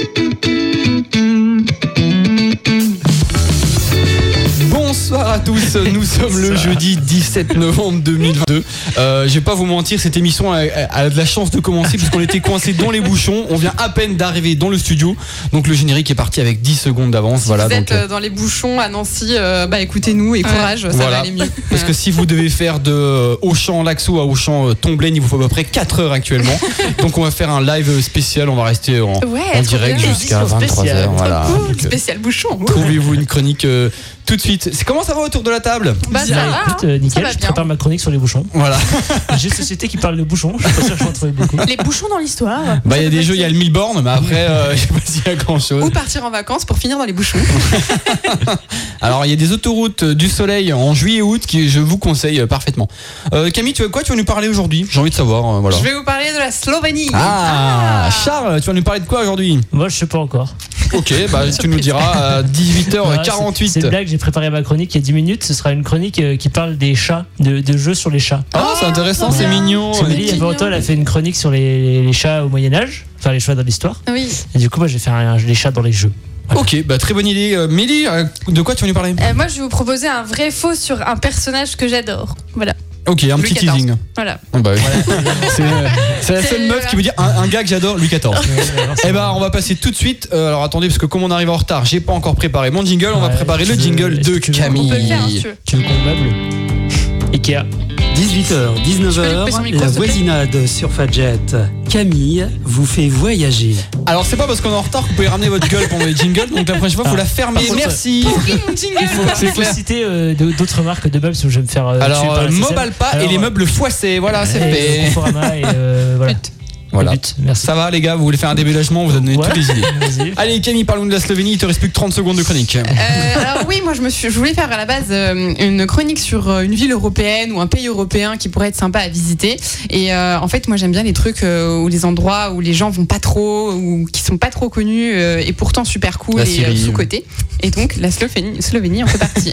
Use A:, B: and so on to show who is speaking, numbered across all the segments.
A: tous, nous sommes le jeudi 17 novembre 2022. Euh, je vais pas vous mentir, cette émission a, a- a de la chance de commencer puisqu'on était coincé dans les bouchons. On vient à peine d'arriver dans le studio, donc le générique est parti avec 10 secondes d'avance. Voilà,
B: vous
A: donc,
B: êtes
A: euh,
B: euh, dans les bouchons à Nancy, euh, bah écoutez-nous et courage, ça
A: Voilà.
B: va aller mieux.
A: Parce que si vous devez faire de euh, Auchan Laxo à Auchan euh, Tomblaine, il vous faut à peu près 4 heures actuellement. Donc on va faire un live spécial, on va rester en,
B: Ouais,
A: en
B: trop
A: direct
B: bien.
A: jusqu'à
C: Édition
A: 23
C: spéciale.
A: heures. Voilà.
B: Cool,
A: Donc, euh,
B: spécial bouchon.
A: Trouvez-vous une chronique euh, tout de suite. C'est comment ça va autour de la table
B: Bah ça
C: Bah,
B: va.
C: écoute, euh,
B: Ça
C: nickel,
B: va
C: je
B: bien.
C: prépare ma chronique sur les bouchons.
A: Voilà.
C: J'ai une société qui parle de bouchons, je suis pas sûr que j'en trouve beaucoup.
D: Les bouchons dans l'histoire.
A: Bah il y a des jeux, il y a le mille bornes, mais après euh, je sais pas s'il y a grand chose.
B: Ou partir en vacances pour finir dans les bouchons.
A: Alors il y a des autoroutes euh, du soleil en juillet et août qui je vous conseille euh, parfaitement. Euh, Camille, tu veux quoi Tu vas nous parler aujourd'hui J'ai envie de savoir. euh, voilà.
B: Je vais vous parler de la Slovénie.
A: Ah, Charles, tu vas nous parler de quoi aujourd'hui
C: Moi, je sais pas encore.
A: Ok, bah tu nous diras à
C: Ah, c'est- C'est une
A: 18h48.
C: blague, j'ai préparé ma chronique il y a 10 minutes. Ce sera une chronique euh, qui parle des chats, de, de jeux sur les chats.
B: Oh,
A: Ah, c'est intéressant, c'est mignon.
C: Parce que Amélie, il y a pas longtemps, elle a fait une chronique sur les, les chats au Moyen-Âge, enfin les chats dans l'histoire.
D: Oui.
C: Et du coup, moi, j'ai fait un- les chats dans les jeux.
A: Ok, bah très bonne idée. Euh, Mélie, euh, de quoi tu vas nous parler
D: Euh, moi, je vais vous proposer un vrai faux sur un personnage que j'adore. Voilà.
A: Ok, un
B: Louis
A: petit
B: 14.
A: teasing.
D: Voilà.
A: Oh, bah oui. c'est euh, c'est la
D: C'est
A: seule
D: le-
B: euh,
A: meuf qui me dit un, un gars que j'adore, Louis XIV. Eh ben, on va passer tout de suite. euh, alors attendez, parce que comme on arrive en retard, j'ai pas encore préparé mon jingle. On va
C: Ouais,
A: préparer
C: tu
A: le
C: veux-
A: jingle
C: est-ce
A: de
C: que tu veux-
D: On peut le faire hein,
A: Camille.
D: si tu veux.
C: Tu veux qu'on meuble Ikea.
E: 18h,
B: peux lui couper son micro,
E: 19h, la
B: s'il te plaît
E: voisinade sur Fadjet. Camille vous fait voyager.
A: Alors c'est pas parce qu'on est en retard que vous pouvez ramener votre gueule pendant les jingles. Donc la prochaine fois, faut la fermer.
C: contre,
A: Merci.
C: Il faut,
A: C'est
C: faut
A: clair.
C: citer euh, de- d'autres marques de meubles si je vais me faire. euh, tuer
A: Alors
C: par la
A: euh,
C: SSM.
A: mobile pas et
C: Alors,
A: les meubles foissés. Voilà, c'est
C: et
A: fait.
C: Conforama et euh, voilà.
A: Voilà.
C: Le but. Merci.
A: Ça va les gars, vous voulez faire un débellagement, vous donnez
C: Ouais.
A: toutes les idées.
C: Vas-y.
A: Allez Camille, parlons de la Slovénie, il te reste plus que 30 secondes de chronique.
B: Euh, alors oui, moi je me suis, je voulais faire à la base euh, une chronique sur euh, une ville européenne ou un pays européen qui pourrait être sympa à visiter. Et euh, en fait, moi j'aime bien les trucs euh, ou les endroits où les gens vont pas trop ou qui sont pas trop connus euh, et pourtant super cool
A: La
B: et
A: Syrie.
B: sous cotés. Et donc la Slovénie, Slovénie en fait partie.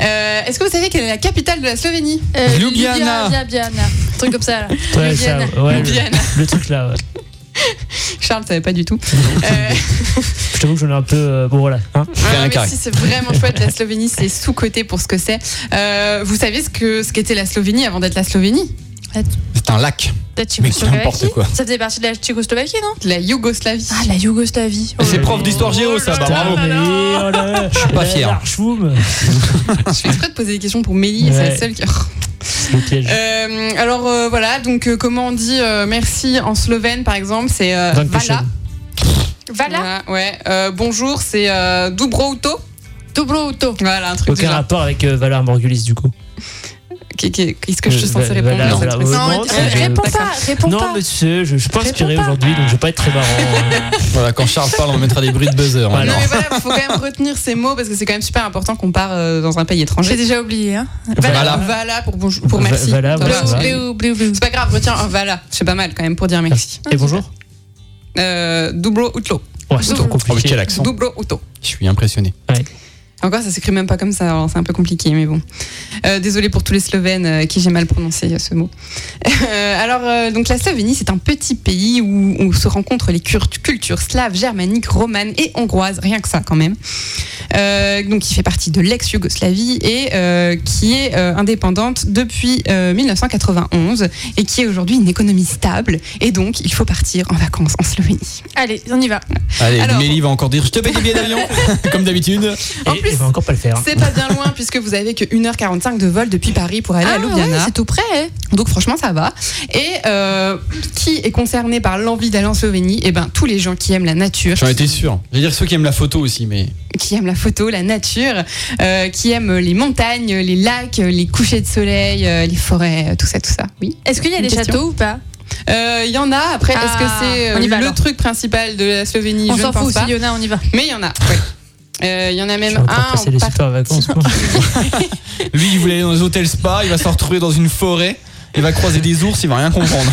B: Euh, Est-ce que vous savez quelle est la capitale de la Slovénie
D: Euh,
A: Ljubljana.
D: Ljubljana, Ljubljana. Un truc comme ça, là.
B: Ah,
C: Ouais, ça,
D: Ljubljana.
C: ouais, le,
B: Ljubljana.
C: le truc là. ouais.
B: Charles savait pas du tout. Euh,
C: Je t'avoue que j'en ai un peu. euh, bon voilà. hein.
A: Fais
B: Ah,
A: un
B: mais
A: carré.
B: si, c'est vraiment chouette. La Slovénie, c'est sous-côté pour ce que c'est. Euh, vous savez ce que ce qu'était la Slovénie avant d'être la Slovénie
A: C'est un lac.
D: La
A: Mais c'est
D: Tchécoslovaquie.
A: n'importe quoi.
D: Ça faisait partie de la Tchécoslovaquie, non
B: La Yougoslavie.
D: Ah, la Yougoslavie.
A: C'est prof
C: là.
A: d'histoire géo ça, bah
C: Putain,
A: bravo.
C: mais, oh là,
A: Je suis pas
C: la
A: fier.
C: larchoum,
B: Je fais exprès de poser des questions pour Mélie, c'est la
C: Ouais.
B: seule qui.
C: le piège.
B: Euh, alors euh, voilà, donc euh, comment on dit euh, merci en slovène par exemple C'est euh,
C: Van
B: Vala.
C: Pechon.
D: Voilà.
B: Voilà, ouais. Euh, bonjour, c'est euh, Dobro Auto.
D: Dobro Auto.
B: Voilà, un truc
C: Aucun
B: du genre.
C: rapport avec euh, Valar Morgulis du coup.
B: Qu'est- qu'est- Qu'est-ce que je suis
C: Euh,
B: censée
C: Vala-
B: répondre à ce
C: Vala-
B: truc
C: Non,
B: mais-
C: mais-
B: euh,
C: je-
D: Réponds
B: d'accord.
D: pas, réponds
C: non,
D: pas.
C: monsieur, je, je suis pas
D: Réponds
C: inspiré
D: pas.
C: aujourd'hui, donc je vais pas être très marrant. euh,
A: Voilà, quand Charles parle, on mettra des bruits de buzzer. hein.
C: Voilà.
B: Non,
A: alors.
B: mais voilà, faut quand même retenir ces mots parce que c'est quand même super important qu'on part euh, dans un pays
D: J'ai
B: étranger.
D: déjà oublié, hein.
B: Voilà,
A: Voilà.
B: voilà pour bonjour, pour
C: Va-
B: merci.
C: Vala,
B: Ah, Ça
C: ouais,
B: va.
C: ça va.
B: C'est
D: Bleu, bleu, bleu.
B: pas grave, retiens un voilà, c'est pas mal quand même pour dire merci.
C: Et bonjour.
B: Euh, Dubro Utlo.
C: Ouais, c'est trop
A: Oh, mais
C: compliqué.
A: quel accent.
B: Dubro Uto.
A: Je suis impressionné.
B: Encore, ça s'écrit même pas comme ça, alors c'est un peu compliqué, mais bon. Euh, Désolée pour tous les Slovènes euh, qui j'ai mal prononcé euh, ce mot. Euh, alors, euh, donc la Slovénie, c'est un petit pays où, où se rencontrent les cur- cultures slaves, germaniques, romanes et hongroises, rien que ça quand même. Euh, donc, qui fait partie de l'ex-Yougoslavie et euh, qui est euh, indépendante depuis euh, 1991 et qui est aujourd'hui une économie stable. Et donc, il faut partir en vacances en Slovénie.
D: Allez, on y va.
A: Allez,
B: Alors-
A: Mélie va encore dire Je te paye des billets d'avion, comme d'habitude.
C: Et-
B: En plus-
C: et va encore pas le
D: Hein.
C: faire.
B: C'est pas bien loin puisque vous avez que 1h45 de vol depuis Paris pour aller à Ljubljana.
D: Ah ouais, c'est tout près. hein.
B: Donc franchement, ça va. Et euh, qui est concerné par l'envie d'aller en Slovénie Eh ben, tous les gens qui aiment la nature,
A: J'en étais sûr. Je vais dire ceux qui aiment la photo aussi, mais.
B: qui aiment la photo, la nature, euh, qui aiment les montagnes, les lacs, les couchers de soleil, euh, les forêts, euh, tout ça, tout ça. Oui.
D: Est-ce qu'il y a
B: Une
D: des
B: question.
D: châteaux ou pas
B: Euh, Il y en a. Après, est-ce que
D: Ah,
B: c'est euh,
D: on y va
B: le
D: alors.
B: truc principal de la Slovénie
D: On
B: Je ne
D: s'en
B: pense
D: fout,
B: pas.
D: s'il y en a, on y va.
B: Mais il y en a. ouais. Euh, Il y en a
C: Je
B: même
C: vais
B: un.
C: encore passer
B: en
C: les
B: par-
C: super vacances.
A: Bah,
C: moi.
A: Lui, il voulait aller dans les hôtels spa, il va se retrouver dans une forêt, il va croiser des ours, il va rien comprendre.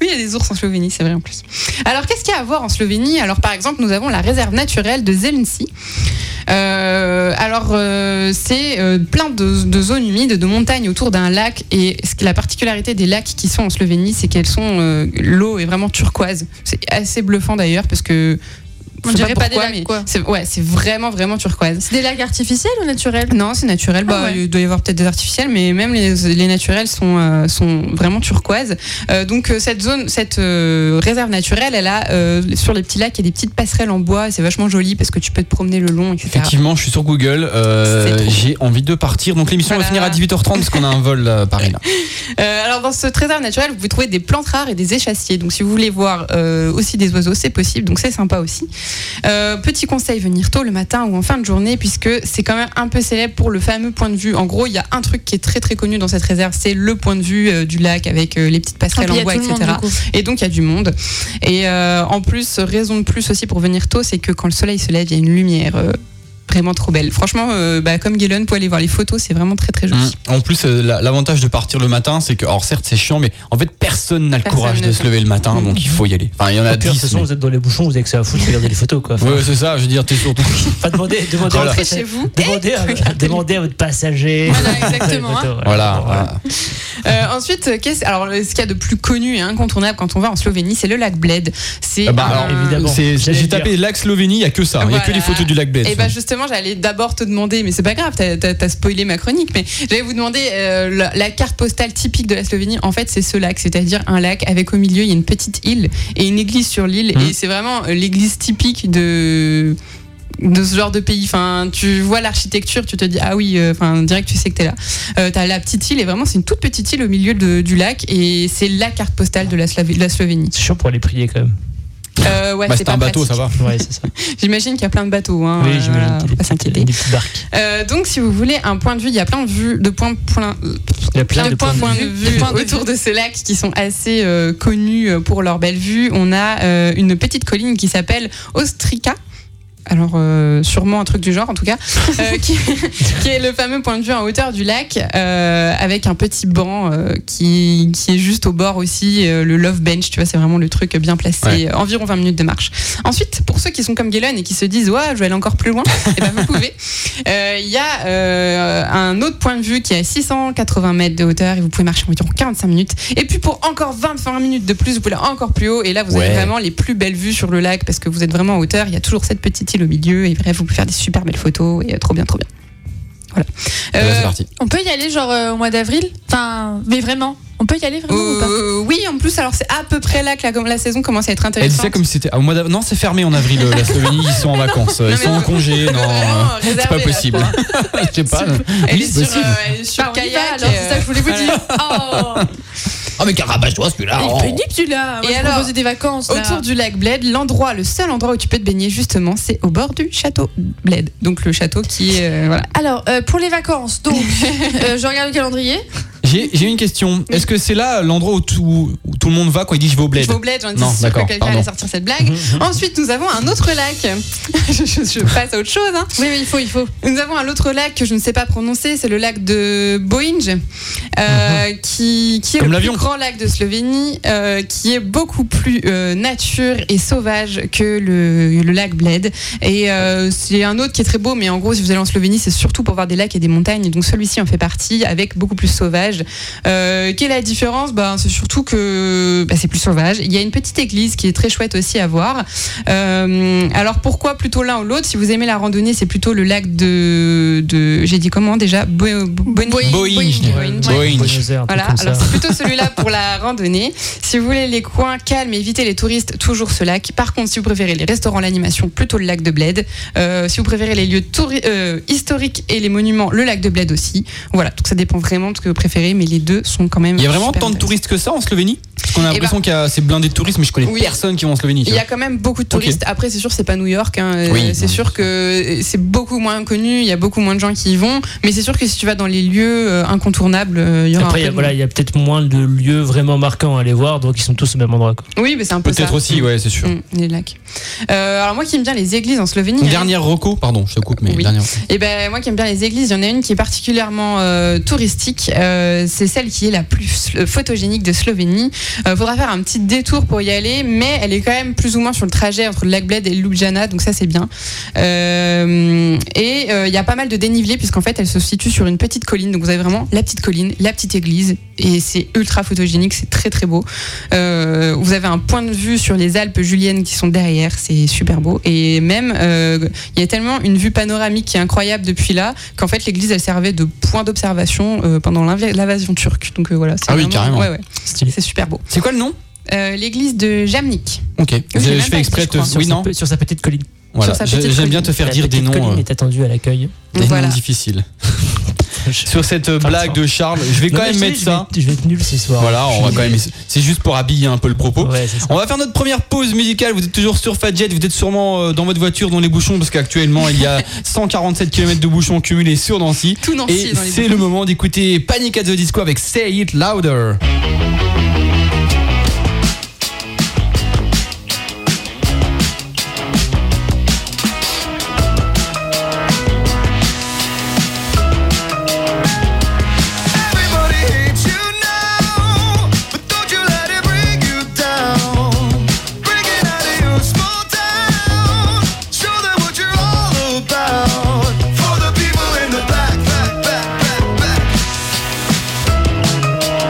B: Oui, il y a des ours en Slovénie, c'est vrai en plus. Alors, qu'est-ce qu'il y a à voir en Slovénie Alors, par exemple, nous avons la réserve naturelle de Zelenci. Euh, alors, euh, c'est euh, plein de, de zones humides, de montagnes autour d'un lac. Et ce qui, la particularité des lacs qui sont en Slovénie, c'est qu'elles sont. euh, L'eau est vraiment turquoise. C'est assez bluffant d'ailleurs, parce que
D: On
B: je sais
D: dirait pas des
B: pourquoi,
D: lacs,
B: mais
D: quoi.
B: C'est ouais, c'est vraiment vraiment turquoise.
D: C'est des lacs artificiels ou naturels
B: Non, c'est naturel.
D: Ah
B: bah,
D: ouais.
B: Il doit y avoir peut-être des artificiels, mais même les, les naturels sont, euh, sont vraiment turquoises. Euh, donc euh, cette zone, cette euh, réserve naturelle, elle a euh, sur les petits lacs, il y a des petites passerelles en bois. C'est vachement joli parce que tu peux te promener le long, etc.
A: Effectivement, je suis sur Google, euh,
B: C'est trop.
A: j'ai envie de partir. Donc l'émission va
B: Voilà.
A: finir à 18h30 parce qu'on a un vol à Paris là.
B: Euh, alors dans ce trésor naturel, vous pouvez trouver des plantes rares et des échassiers. Donc si vous voulez voir euh, aussi des oiseaux, c'est possible. Donc c'est sympa aussi. Euh, petit conseil, venir tôt le matin ou en fin de journée, puisque c'est quand même un peu célèbre pour le fameux point de vue. En gros, il y a un truc qui est très très connu dans cette réserve, c'est le point de vue euh, du lac avec euh, les petites
D: Ah,
B: passerelles
D: puis
B: en
D: il y a
B: bois,
D: tout le
B: etc.
D: monde, du coup.
B: Et donc il y a du monde. Et euh, en plus, raison de plus aussi pour venir tôt, c'est que quand le soleil se lève, il y a une lumière. euh, Vraiment trop belle. Franchement, euh, bah, comme Galen, vous pouvez aller voir les photos, c'est vraiment très très joli.
A: Mm. En plus, euh, la- l'avantage de partir le matin, c'est que, alors certes, c'est chiant, mais en fait, personne n'a le
B: Personne
A: courage
B: ne Mm.
A: de se
B: fait.
A: lever le matin, donc il faut y aller. Enfin, il y en a
C: Au pire, de toute
A: 10.
C: façon, vous êtes dans les bouchons, vous avez que ça à foutre, regardez les photos, quoi.
A: mais-
C: Enfin,
A: Ouais, c'est ça, je veux dire, t'es surtout.
C: Pas demander, demander,
A: Voilà.
C: à,
B: Rentrez
C: votre,
B: chez vous.
C: demander, à,
B: regardez-les.
C: demander à votre passager.
D: Voilà,
B: hein.
D: exactement.
C: Photos,
A: Ah, Voilà, bah, voilà.
B: Euh, ensuite, euh, qu'est-ce alors ce qu'il y a de plus connu et incontournable quand on va en Slovénie, c'est le lac Bled. C'est
A: Ah bah,
B: un-
A: alors,
C: Évidemment.
A: C'est-
C: J'allais
A: J'ai
C: le dire.
A: tapé lac Slovénie, il n'y a que ça. Il n'y a que
B: Voilà.
A: les photos du lac Bled.
B: Et ben justement, j'allais d'abord te demander, mais c'est pas grave, t'as as, spoilé ma chronique, mais j'allais vous demander euh, la, la carte postale typique de la Slovénie. En fait, c'est ce lac, c'est-à-dire un lac avec au milieu il y a une petite île et une église sur l'île,
A: Mhm.
B: et c'est vraiment euh, l'église typique de de ce genre de pays. Enfin, tu vois l'architecture, tu te dis ah oui, euh, enfin direct tu sais que t'es là. Euh, t'as la petite île et vraiment c'est une toute petite île au milieu de- du lac et c'est la carte postale de la, Slave- de la Slovénie.
C: C'est chiant pour aller prier quand même.
B: Euh, ouais,
A: Bah,
B: c'est
A: c'est
B: pas
A: un bateau,
B: pratique.
A: ça va.
C: Ouais, c'est ça.
B: J'imagine qu'il y a plein de bateaux. Hein,
C: oui,
B: euh,
C: j'imagine
B: voilà,
C: qu'il y a
B: faut
C: des
B: pas
C: petites,
B: s'inquiéter.
C: des petites barques.
B: Euh, donc, si vous voulez un point de vue, il y a plein de vues, de points, plein, euh,
C: Il y a plein
D: Plein
C: de
D: de
C: points.
B: points
D: points
B: de
D: de
B: vue
D: vue. Points de
B: autour de ce lac qui sont assez euh, connus euh, pour leur belle vue. On a euh, une petite colline qui s'appelle Ostrika. Alors, euh, sûrement un truc du genre, en tout cas, euh, qui, qui est le fameux point de vue en hauteur du lac, euh, avec un petit banc euh, qui, qui est juste au bord aussi, euh, le love bench, tu vois, c'est vraiment le truc bien placé,
A: Ouais.
B: euh, environ 20 minutes de marche. Ensuite, pour ceux qui sont comme Galen et qui se disent, ouais, je vais aller encore plus loin, eh ben, vous pouvez. Euh, Il y a euh, un autre point de vue qui est à 680 mètres de hauteur et vous pouvez marcher environ 45 minutes. Et puis pour encore 20-20 minutes de plus, vous pouvez aller encore plus haut. Et là, vous
A: Ouais.
B: avez vraiment les plus belles vues sur le lac parce que vous êtes vraiment en hauteur. Il y a toujours cette petite île au milieu. Et bref, vous pouvez faire des super belles photos. Et euh, trop bien, trop bien. Voilà.
A: Et là, Eh ben, c'est
B: Euh,
A: parti.
D: On peut y aller genre euh, au mois d'avril Enfin, mais vraiment On peut y aller vraiment ou pas
B: euh, oui, en plus, alors c'est à peu près là que la, la saison commence à être
A: Elle dit
B: intéressante.
A: ça comme si c'était. ah, au mois d'av- non, c'est fermé en avril, euh, la Slovénie, ils sont en vacances. euh,
B: Non,
A: Ils
B: mais
A: sont en
B: non.
A: congé, non. euh,
B: Vraiment
A: C'est pas
B: réservé, là.
A: possible. Je sais pas.
B: Elle est
A: C'est
B: sur, euh,
A: possible.
B: elle est sur
D: Bah, on y va,
B: kayak.
D: alors,
B: et,
D: c'est ça que je voulais vous dire. Oh
A: euh, Ah, mais carabage-toi celui-là.
D: Il
A: oh.
D: est pénible celui-là Moi,
B: Et
D: je
B: alors,
D: proposais des vacances là.
B: Autour du lac Bled, l'endroit, le seul endroit où tu peux te baigner justement, c'est au bord du château Bled. Donc le château qui est euh, voilà.
D: Alors, euh, pour les vacances, donc, euh, je regarde le calendrier.
A: J'ai j'ai une question. Est-ce que c'est là l'endroit où tout, où tout le monde va quand il dit je vais au bled
B: Je vais au Bled, j'en
A: Non,
B: étais sûre
A: d'accord,
B: que quelqu'un
A: pardon.
B: allait sortir cette blague. Ensuite, nous avons un autre lac. je, je- je passe à autre chose. hein.
D: Oui, oui, il faut, il faut.
B: Nous avons un autre lac que je ne sais pas prononcer, c'est le lac de Boinj, euh, qui, qui
A: Mhm.
B: est
A: Comme
B: le
A: l'avion.
B: plus grand lac de Slovénie, euh, qui est beaucoup plus euh, nature et sauvage que le, le lac Bled. Et euh, c'est un autre qui est très beau, mais en gros, si vous allez en Slovénie, c'est surtout pour voir des lacs et des montagnes. Donc celui-ci en fait partie, avec beaucoup plus sauvage. Euh, quelle est la différence ben, C'est surtout que ben, c'est plus sauvage. Il y a une petite église qui est très chouette aussi à voir. Euh, alors pourquoi plutôt l'un ou l'autre Si vous aimez la randonnée, c'est plutôt le lac de, de j'ai dit comment déjà Bo- Bo- Boni-
A: Boinj.
B: Boinj.
A: Boinj. Boeing.
C: Buenos Aires, un peu
B: Voilà,
C: comme
B: alors
C: ça.
B: c'est plutôt celui-là pour la randonnée. Si vous voulez les coins calmes, évitez les touristes, toujours ce lac. Par contre, si vous préférez les restaurants, l'animation, plutôt le lac de Bled. Euh, si vous préférez les lieux touri- euh, historiques et les monuments, le lac de Bled aussi. Voilà, donc ça dépend vraiment de ce que vous préférez, mais les deux sont quand même.
A: Il y a vraiment
B: super
A: tant de
B: intéressants.
A: touristes que ça en Slovénie Parce qu'on a
B: Eh
A: l'impression qu'il y a c'est blindé de touristes, mais je connais
B: Oui.
A: personne qui va en Slovénie. tu
B: Il y
A: vois.
B: a quand même beaucoup de touristes. Après, c'est sûr, c'est pas New York. hein. Euh,
A: Oui.
B: c'est sûr que c'est beaucoup moins connu. Il y a beaucoup moins de gens qui y vont. Mais c'est sûr que si tu vas dans les lieux euh, incontournables, euh, il y aura.
C: Après,
B: un
C: il y a,
B: peu de
C: voilà, il y a peut-être moins de lieux vraiment marquants à aller voir, donc ils sont tous au même endroit. Quoi.
B: monde. Oui, mais c'est un peu
A: Peut-être
B: ça.
A: aussi, ouais, c'est sûr.
B: Mm, les lacs. Euh, alors moi qui aime bien les églises en Slovénie. il y en a
A: Dernière reco, pardon, je te coupe, mais
B: Oui.
A: dernière.
B: Et ben moi qui aime bien les églises, il y en a une qui est particulièrement euh, touristique. Euh, c'est celle qui est la plus euh, photogénique de Slovénie. Euh, faudra faire un petit détour pour y aller, mais elle est quand même plus ou moins sur le trajet entre le lac Bled et Ljubljana, donc ça c'est bien. Euh, et euh, il y a pas mal de dénivelé puisqu'en fait elle se situe sur une petite colline, donc vous avez vraiment la petite colline, la petite église et c'est ultra photogénique, c'est très très beau. Euh, vous avez un point de vue sur les Alpes juliennes qui sont derrière, c'est super beau. Et même, euh, il y a tellement une vue panoramique qui est incroyable depuis là qu'en fait l'église elle servait de point d'observation euh, pendant l'inv- l'invasion turque. Donc euh, voilà, c'est
A: Ah oui,
B: vraiment-
A: carrément.
B: ouais, ouais,
C: Stylé.
B: c'est super beau.
A: C'est quoi le nom
B: Euh, l'église de Jamnik.
A: Ok. Je,
B: même
A: fais
B: pas
A: exprès
B: dit,
A: te.
B: je
C: Sur
A: Oui,
C: sa
A: non.
C: pe- Sur sa petite colline.
A: Voilà.
B: sa
A: Je-
B: petite
A: J'aime bien
B: colline.
A: te faire
C: La
A: dire des
C: petite
A: noms.
C: colline
A: euh,
C: est attendue à l'accueil.
A: Des
B: Voilà.
A: noms difficiles.
C: Je-
A: Sur cette euh, blague de Charles, je vais
C: Non,
A: quand
C: mais
A: même
C: je sais,
A: mettre
C: je
A: ça.
C: vais- Je vais être nul ce soir.
A: Voilà, on va quand même. C'est juste pour habiller un peu le propos.
C: Ouais, c'est ça.
A: On va faire notre première pause musicale. Vous êtes toujours sur Fadjet, vous êtes sûrement euh, dans votre voiture, dans les bouchons, parce qu'actuellement il y a 147 km de bouchons cumulés sur Nancy.
B: Tout Nancy
A: Et
B: est dans les
A: c'est le moment d'écouter Panic at the Disco avec Say It Louder.
F: Everybody hates you now, but don't you let it bring you down. Bring it out of your small town. Show them what you're all about. For the people in the back, back, back, back, back.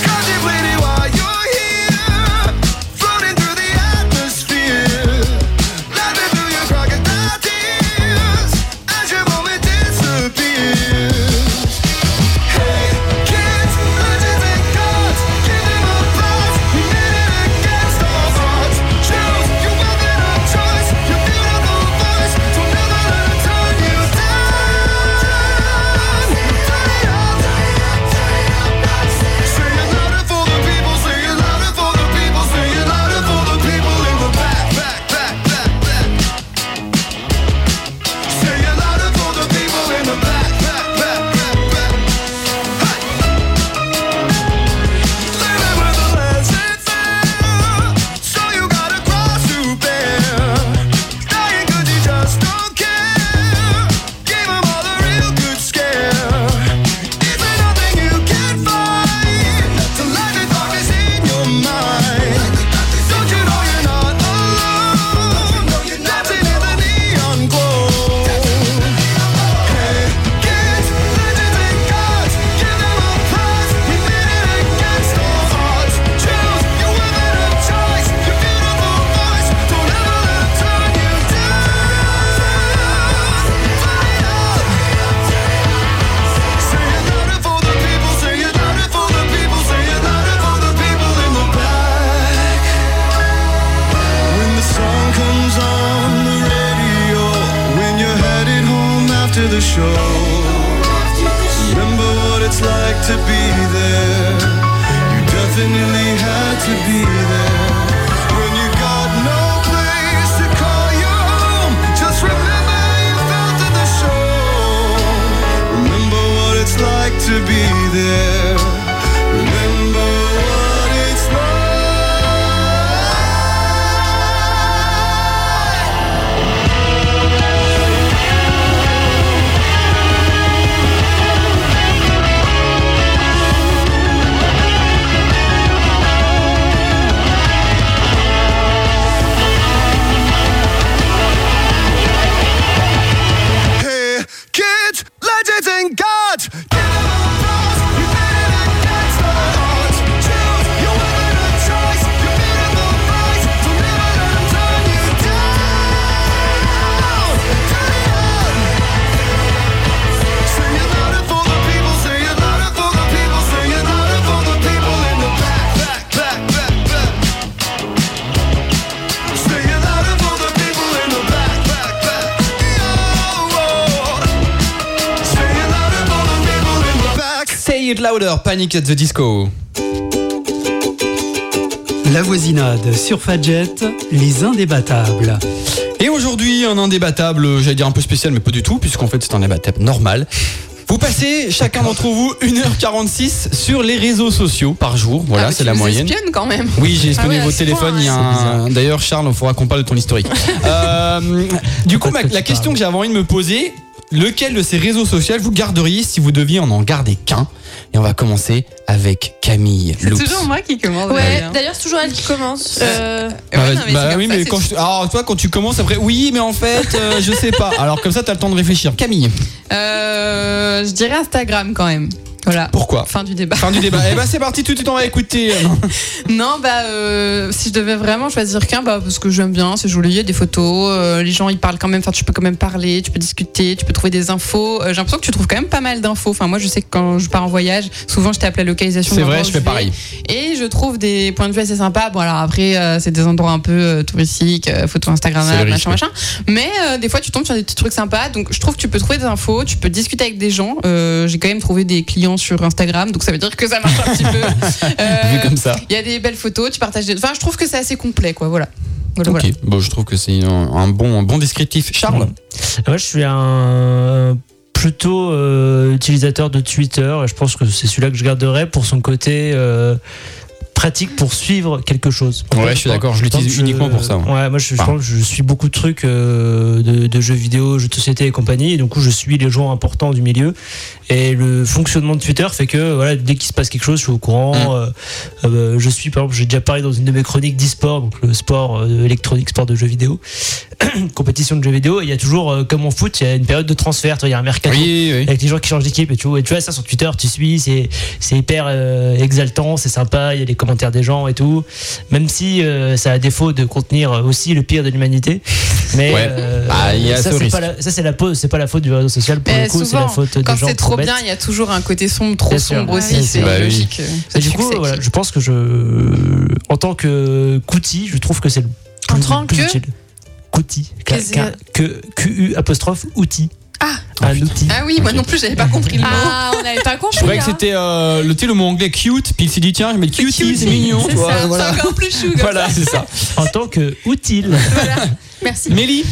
F: Contemplating while you're here, floating through the atmosphere, laughing through your crocodile tears as your moment disappears. Hey kids, legends and gods, give them a pass. We made it against all odds. Choose your weapon of choice, your beautiful voice. So never let it turn you down. Turn it up, turn it up, turn it up. Sing it louder for the people, sing it louder for the people, sing it louder for the people in the back, back, back, back, back. Sing it louder for the people in the back, back, back, back, back. Living with the lessons so you got a cross to bear. Dying 'cause you just don't care. Give 'em all a real good scare. Is there nothing you can find to let the darkness in your mind? Don't you know you're not alone? Dancing in the neon glow. Hey kids, legends and gods, give them a prize. We made it against all odds. Choose your weapon of choice, your beautiful voice. Don't ever let it turn you down. Turn it up, Sing it louder for the people, sing it louder for the people, sing it louder for the people in the back. When the song comes on the radio, when you're headed home after the show, remember what it's like to be there. You definitely had to be there. When you got no place to call your home, just remember you felt at the show. Remember what it's like to be there. Remember what it's like. Hey, kids, legends, and gods. Give them a prize. You made it against the odds. Choose your weapon of choice. Your beautiful voice. So never let 'em turn you down. Turn it up. Sing it louder for the people. Sing it louder for the people. Sing it louder for the people in the back, back, back, back, back. Sing it louder for the people in the back, back, back. Oh, Sing it louder for the people in the back.
A: Say It Louder, Panic at the Disco.
E: La voisinade sur Fadjet, les indébattables.
A: Et aujourd'hui, un indébattable, euh, j'allais dire un peu spécial, mais pas du tout, puisqu'en fait c'est un indébattable normal. Vous passez, chacun d'entre vous, 1h46 sur les réseaux sociaux par jour. Voilà,
B: Ah, bah,
A: c'est
B: tu
A: la
B: nous
A: moyenne.
B: espionnes quand même.
A: Oui, j'ai espionné
D: Ah ouais,
A: vos
D: à ce
A: téléphones.
D: point,
A: il y a
C: hein. C'est
A: un- D'ailleurs, Charles, il faudra qu'on parle de ton historique. Euh, du coup, ma-
C: Peut-être
A: la
C: pas.
A: question que j'avais envie de me poser, lequel de ces réseaux sociaux vous garderiez si vous deviez en en garder qu'un Et on va commencer avec Camille.
B: C'est
A: Loops.
B: toujours moi qui commence.
D: Ouais,
B: d'ailleurs.
D: d'ailleurs, c'est toujours elle qui commence. Euh,
A: Bah,
B: Ouais, non, mais
A: bah oui,
B: c'est comme ça,
A: mais
B: c'est
A: quand je... Alors, toi, quand tu commences après, oui, mais en fait, euh, je sais pas. Alors, comme ça, t'as le temps de réfléchir. Camille.
B: Euh, je dirais Instagram quand même. Voilà.
A: Pourquoi
B: Fin du débat.
A: Fin du débat. Eh ben c'est parti, tout de suite on va écouter.
B: Non, bah, euh, si je devais vraiment choisir qu'un, bah, parce que j'aime bien, c'est joli, il y a des photos, euh, les gens ils parlent quand même, enfin, tu peux quand même parler, tu peux discuter, tu peux trouver des infos. Euh, J'ai l'impression que tu trouves quand même pas mal d'infos. Enfin, moi, je sais que quand je pars en voyage, souvent je tape la localisation.
A: C'est
B: de l'endroit
A: vrai,
B: où
A: je fais
B: vais.
A: pareil.
B: Et je trouve des points de vue assez sympas. Bon, alors après, euh, c'est des endroits un peu euh, touristiques, euh, photos Instagram,
A: C'est le
B: machin, machin. Mais euh, des fois, tu tombes sur des petits trucs sympas. Donc, je trouve que tu peux trouver des infos, tu peux discuter avec des gens. Euh, J'ai quand même trouvé des clients sur Instagram, donc ça veut dire que ça marche un petit peu. Euh,
A: Vu comme ça.
B: il y a des belles photos, tu partages des... Enfin, je trouve que c'est assez complet, quoi, voilà. Voilà, voilà.
A: Ok, bon, je trouve que c'est un, un bon, un bon descriptif. Charles
C: Moi, je suis un plutôt euh, utilisateur de Twitter. et Je pense que c'est celui-là que je garderai pour son côté euh, pratique pour suivre quelque chose. En
A: Ouais,
C: fait,
A: je suis d'accord, je l'utilise
C: pense que-
A: uniquement pour ça, ouais.
C: Ouais, moi, je, je
A: Enfin.
C: pense que je suis beaucoup de trucs euh, de, de jeux vidéo, jeux de société et compagnie. Et du coup, je suis les gens importants du milieu. Et le fonctionnement de Twitter fait que voilà, dès qu'il se passe quelque chose, je suis au courant.
A: Mm.
C: Euh, euh, je suis, par exemple, j'ai déjà parlé dans une de mes chroniques d'e-sport, donc le sport euh, électronique, sport de jeux vidéo compétition de jeux vidéo, et il y a toujours, euh, comme en foot, il y a une période de transfert, tu vois, il y a un mercato.
A: Oui, oui.
C: Avec les gens qui changent d'équipe et tout. Et tu vois ça sur Twitter, tu suis, c'est, c'est hyper euh, exaltant, c'est sympa, il y a les commentaires des gens et tout. Même si euh, ça a défaut de contenir aussi le pire de l'humanité. Mais
A: Ouais.
C: euh,
A: Ah, il y a ce
C: ça, c'est
A: risque.
C: pas la, ça, c'est la pause, c'est pas la faute du réseau social. Pour
B: Mais
C: le coup, c'est
B: souvent,
C: la faute des
B: Quand
C: gens
B: c'est
C: trop
B: trop
C: bêtes.
B: bien, il y a toujours un côté sombre, trop
C: Bien sûr. Ah
B: sombre
C: Ouais,
B: aussi,
C: bien
B: c'est
C: sûr.
A: Bah oui.
B: logique. euh, ça
C: Et du
B: fait
C: coup,
B: que c'est
C: voilà,
B: qui-
C: je pense que je, en tant que Couti, je trouve que c'est le plus,
D: En tant
C: le plus
D: que
C: utile. Couti, K-
D: Qu'est-ce que-
C: K- que Q U apostrophe outil.
D: Ah.
C: un outil.
B: Ah oui, moi non plus, j'avais pas compris le mot.
D: Ah, on n'avait pas compris.
A: Je croyais que
D: hein.
A: c'était euh, le, tu sais, le mot anglais cute, puis il s'est dit tiens, je mets cute, c'est mignon.
B: C'est
A: tu vois,
B: ça,
A: voilà.
B: c'est encore plus chou. comme
A: Voilà, c'est ça.
C: En tant que utile.
D: Merci.
A: Mélie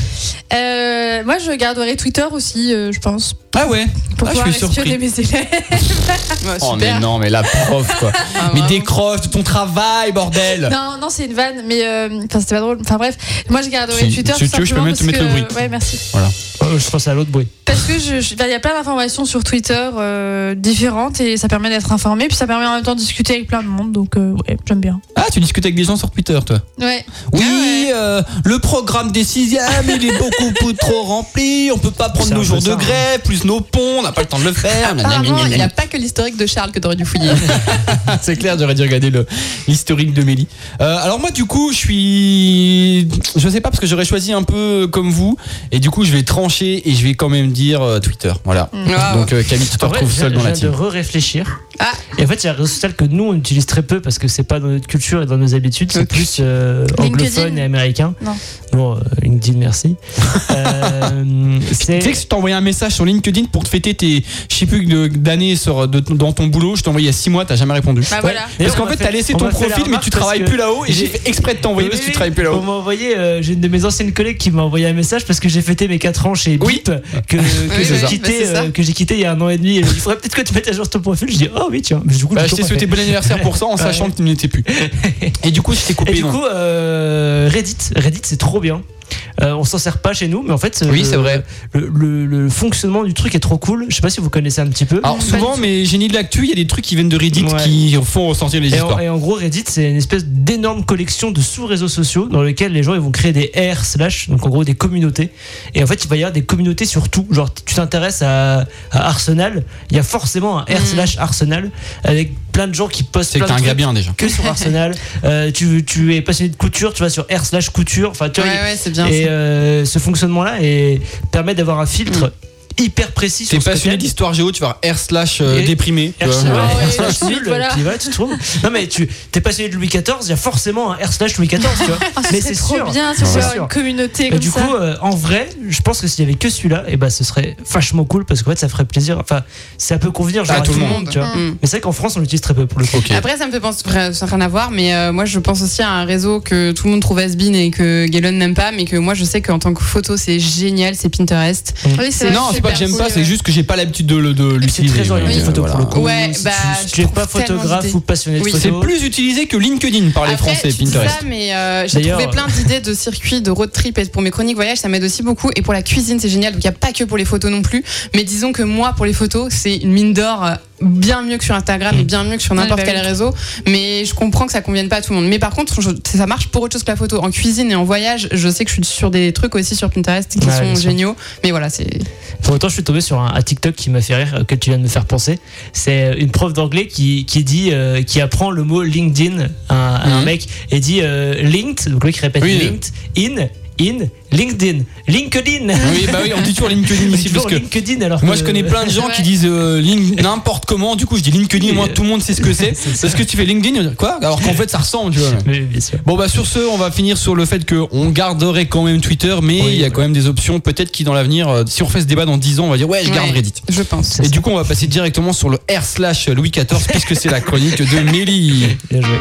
D: Euh, moi, je garderai Twitter aussi, euh, je pense,
A: Ah ouais
D: pour
A: Ah, je
D: pouvoir
A: suis surpris.
D: espionner mes élèves.
B: ça. Ouais,
A: Oh mais
B: super.
A: non, mais la prof quoi.
B: Ah,
A: mais
B: vraiment.
A: décroche de ton travail, bordel
D: Non, non, c'est une vanne, mais euh, enfin, c'était pas drôle. Enfin bref, moi, je garderai
A: Si-
D: Twitter.
A: si tu veux, je peux
D: simplement
A: même te
D: parce
A: mettre
D: que-
A: le bruit.
D: Ouais, merci.
A: Oh,
C: Euh, je pense à l'autre bruit.
D: Parce que je, je- ben, il y a plein d'informations sur Twitter euh, différentes et ça permet d'être informé, puis ça permet en même temps de discuter avec plein de monde, donc euh, ouais, j'aime bien.
A: Ah, tu discutes avec des gens sur Twitter toi
D: Ouais.
C: Ah
A: Oui, euh, le programme des sixièmes, il est beaucoup plus trop rempli, on peut pas prendre
C: C'est
A: nos
C: un
A: jours
C: peu
A: de
C: ça,
A: grève, plus nos ponts, on n'a pas le temps de le faire.
B: Apparemment, il n'y a
A: blablabla.
B: pas que l'historique de Charles que t'aurais dû fouiller.
A: C'est clair, j'aurais dû regarder le- l'historique de Mélie. Euh, alors moi du coup, je suis je sais pas parce que j'aurais choisi un peu comme vous et du coup, je vais trancher et je vais quand même dire euh, Twitter. Voilà.
B: Ah,
A: Donc euh, Camille, tu te
C: Mm. En vrai,
A: retrouves
C: je
A: seule
C: viens-
A: dans la
C: je viens
A: team.
C: de re-réfléchir.
B: Ah.
C: Et en fait, il y a un réseau social que nous, on utilise très peu parce que c'est pas dans notre culture et dans nos habitudes. C'est
B: Ok.
C: plus euh, anglophone
D: LinkedIn
C: et américain.
D: Non.
C: Bon, euh, LinkedIn, merci. Euh,
A: Tu sais que je t'ai envoyé un message sur LinkedIn pour te fêter tes, je sais plus, de- d'années sur- de- dans ton boulot. Je t'ai envoyé il y a 6 mois, t'as jamais répondu.
B: Bah voilà.
A: Parce
C: D'ailleurs,
A: qu'en
C: on
A: fait,
C: m'a
A: t'as laissé
C: on
A: ton
C: m'a fait la
A: profil, mais tu
C: remarque
A: travailles
C: parce
A: plus là-haut et
C: j'ai-
A: j'ai fait exprès de t'envoyer parce que tu
C: Oui,
A: travailles plus
C: On
A: là-haut.
C: m'a envoyé, euh, j'ai une de mes anciennes collègues qui m'a envoyé un message parce que j'ai fêté mes 4 ans chez
A: Oui.
C: BIP que, que
A: c'est
C: j'ai
A: ça.
B: Bah,
C: quitté,
B: c'est ça.
C: euh, que j'ai quitté il y a un an et demi. Et il faudrait peut-être que tu mettes à jour ton profil. Je dis, oh oui, tiens. Mais du coup,
A: Bah,
C: j'ai
A: je t'ai
C: toujours pas
A: souhaité
C: fait.
A: bon anniversaire pour ça en sachant que tu n'étais plus. Et du coup, je t'ai coupé.
C: Et du
A: non.
C: coup, euh, Reddit, Reddit c'est trop bien. Euh, on s'en sert pas chez nous, mais en fait,
A: Oui,
C: euh,
A: c'est vrai.
C: Le, le- le fonctionnement du truc est trop cool. Je sais pas si vous connaissez un petit peu.
A: Alors souvent, mais génie de l'actu, il y a des trucs qui viennent de Reddit
C: bah, Ouais.
A: qui font ressortir les
C: Et en,
A: histoires.
C: et en gros, Reddit, c'est une espèce d'énorme collection de sous-réseaux sociaux dans lequel les gens ils vont créer des R slash, donc en gros des communautés. Et en fait, il va y avoir des communautés sur tout. Genre, tu t'intéresses à, à Arsenal, il y a forcément un R
B: Mm.
C: slash Arsenal avec plein de gens qui postent.
A: C'est que t'es
C: plein
A: un
C: de
A: gars
C: trucs
A: bien déjà.
C: Que sur Arsenal. Euh, tu, tu es passionné de couture, tu vas sur R slash couture. Enfin, tu
B: Ouais,
C: vois, il-
B: ouais, c'est bien.
C: Et
B: ça.
C: euh, ce fonctionnement-là et permet d'avoir un filtre
B: Mm.
C: hyper précis
A: T'es
C: sur ce que
A: passionné
C: t'aimes.
A: d'histoire géo, tu vas R slash euh,
C: Et-
A: déprimé. tu
C: R
A: vois.
C: slash-
D: Ah ouais,
C: R slash
D: ensuite,
C: nul,
D: voilà.
C: tu y vas, tu trouves. Non mais tu t'es passionné de Louis XIV, il y a forcément un R slash Louis XIV, tu vois.
D: Ah,
C: Mais c'est
D: c'est trop
C: sûr.
D: bien,
C: C'est
D: c'est sûr,
C: sûr.
D: une communauté
C: Et
D: comme
C: du
D: ça.
C: coup, euh, en vrai, je pense que s'il y avait que celui-là, et ben ce serait vachement cool parce qu'en fait, ça ferait plaisir. Enfin, ça peut convenir genre,
A: À tout le
B: Bah, monde.
C: tu vois.
B: Mm.
C: Mais c'est vrai qu'en France, on l'utilise très peu pour le coup.
A: Ok.
B: Après, ça me fait penser, vrai, ça n'a rien à voir, mais euh, moi je pense aussi à un réseau que tout le monde trouve has et que Galen n'aime pas, mais que moi je sais qu'en tant que photo c'est génial, c'est Pinterest.
D: Oui,
B: C'est-
D: vrai,
A: Non, c'est
D: super
A: pas que j'aime
D: cool,
A: pas, c'est
D: ouais.
A: juste que j'ai pas l'habitude de, le- de
C: C'est
A: l'utiliser.
C: très orienté
A: ouais,
C: photo
A: voilà.
C: pour le coup.
B: Ouais,
C: Si
B: bah,
C: tu,
B: je
C: tu es
B: trouve
C: pas
B: tellement
C: photographe
B: d'idées.
C: ou passionné de
B: Oui.
A: C'est
C: photo.
A: plus utilisé que LinkedIn par les
B: Après,
A: Français,
B: je dis
A: Pinterest.
B: ça, mais euh, j'ai
C: D'ailleurs,
B: trouvé plein d'idées de circuits, de road trip et pour mes chroniques voyage, ça m'aide aussi beaucoup. Et pour la cuisine, c'est génial. Donc il n'y a pas que pour les photos non plus. Mais disons que moi, pour les photos, c'est une mine d'or euh, bien mieux que sur Instagram
A: Mm.
B: et bien mieux que sur
D: Ouais,
B: n'importe
D: bah
B: quel
D: oui.
B: réseau. Mais je comprends que ça convienne pas à tout le monde. Mais par contre, je- ça marche pour autre chose que la photo. En cuisine et en voyage, je sais que je suis sur des trucs aussi sur Pinterest qui
C: Ouais, bien
B: sont
C: sûr.
B: géniaux. Mais voilà, c'est.
C: Pour autant, je suis tombé sur un, un TikTok qui m'a fait rire, euh, que tu viens de me faire penser. C'est euh, une prof d'anglais qui, qui dit, euh, qui apprend le mot LinkedIn à, un- à un
A: Mhm.
C: mec et dit euh, linked, donc le mec répète
A: Oui.
C: linked, in, in, LinkedIn, LinkedIn.
A: Oui, bah oui, on dit toujours LinkedIn
C: On dit
A: ici parce
C: toujours
A: que.
C: LinkedIn alors
A: Moi,
C: que-
A: je connais plein de gens qui disent euh, Link- n'importe comment. Du coup, je dis LinkedIn. Moi, tout le monde sait ce que c'est. Parce que tu fais LinkedIn, on dit quoi Alors qu'en fait, ça ressemble, tu vois.
C: Mais bien sûr.
A: Bon bah sur ce, on va finir sur le fait que on garderait quand même Twitter, mais
C: Oui,
A: il y a
C: oui.
A: quand même des options peut-être qui dans l'avenir, euh, si on refait ce débat dans 10 ans, on va dire ouais, je garde
B: Ouais,
A: Reddit.
B: Je pense.
A: Et du coup, on va passer directement sur le R slash Louis XIV puisque c'est la chronique de Mélie.
C: Bien joué.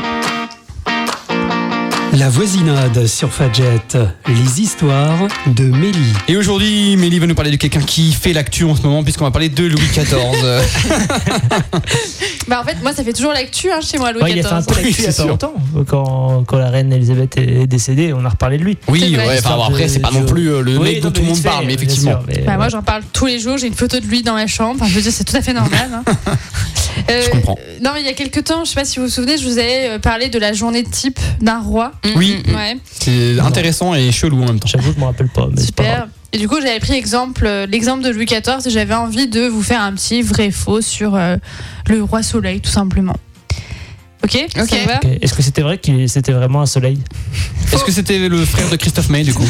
E: La voisinade sur Fadjet, les histoires de Mélie.
A: Et aujourd'hui, Mélie va nous parler de quelqu'un qui fait l'actu en ce moment puisqu'on va parler de Louis XIV. Euh,
D: Bah en fait, moi ça fait toujours l'actu hein, chez moi, Louis
C: Ouais, il a fait un
D: XIV.
C: peu
A: Oui,
C: l'actu il y a
A: c'est
C: pas
A: sûr.
C: longtemps. Quand, quand la reine Elisabeth est décédée, on a reparlé de lui.
A: oui,
B: C'est
A: ouais, enfin,
B: vrai,
A: bon,
C: l'histoire
A: après
C: de-
A: c'est pas
C: du-
A: non plus euh, le
C: Oui,
A: mec
C: non,
A: dont tout le
C: vite
A: monde
C: fait,
A: parle, mais
C: bien
A: effectivement.
C: sûr, mais,
D: Bah,
C: euh,
D: moi j'en parle tous les jours, j'ai une photo de lui dans ma chambre. Enfin, je veux dire, c'est tout à fait normal. hein. Euh,
A: Je comprends.
D: euh, Non, mais il y a quelques temps, je sais pas si vous vous souvenez, je vous avais euh, parlé de la journée type d'un roi.
A: Oui. Mm.
D: Ouais,
A: C'est intéressant et chelou en même temps.
C: J'avoue, je me rappelle pas. mais Bah, c'est pas grave.
D: super. Et du coup, j'avais pris exemple, euh, l'exemple de Louis XIV et j'avais envie de vous faire un petit vrai-faux sur euh, le roi soleil, tout simplement. Ok ça
B: Ok.
D: vous va
C: Ok. Est-ce que c'était vrai qu'il c'était vraiment un soleil
A: Est-ce que c'était le frère de Christophe May du coup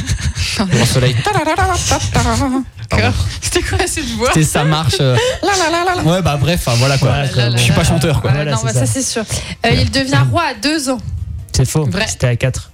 A: Le soleil.
B: mm. D'accord. C'était quoi cette voix
A: C'est ça marche. euh, Ouais bah bref, enfin, voilà quoi.
C: Voilà, quoi.
A: Je suis pas chanteur quoi.
C: Voilà,
D: Voilà, non,
C: c'est
D: bah,
C: ça.
D: ça c'est sûr. Euh, il devient roi à deux ans.
C: C'est faux.
B: Vrai.
C: C'était à 4.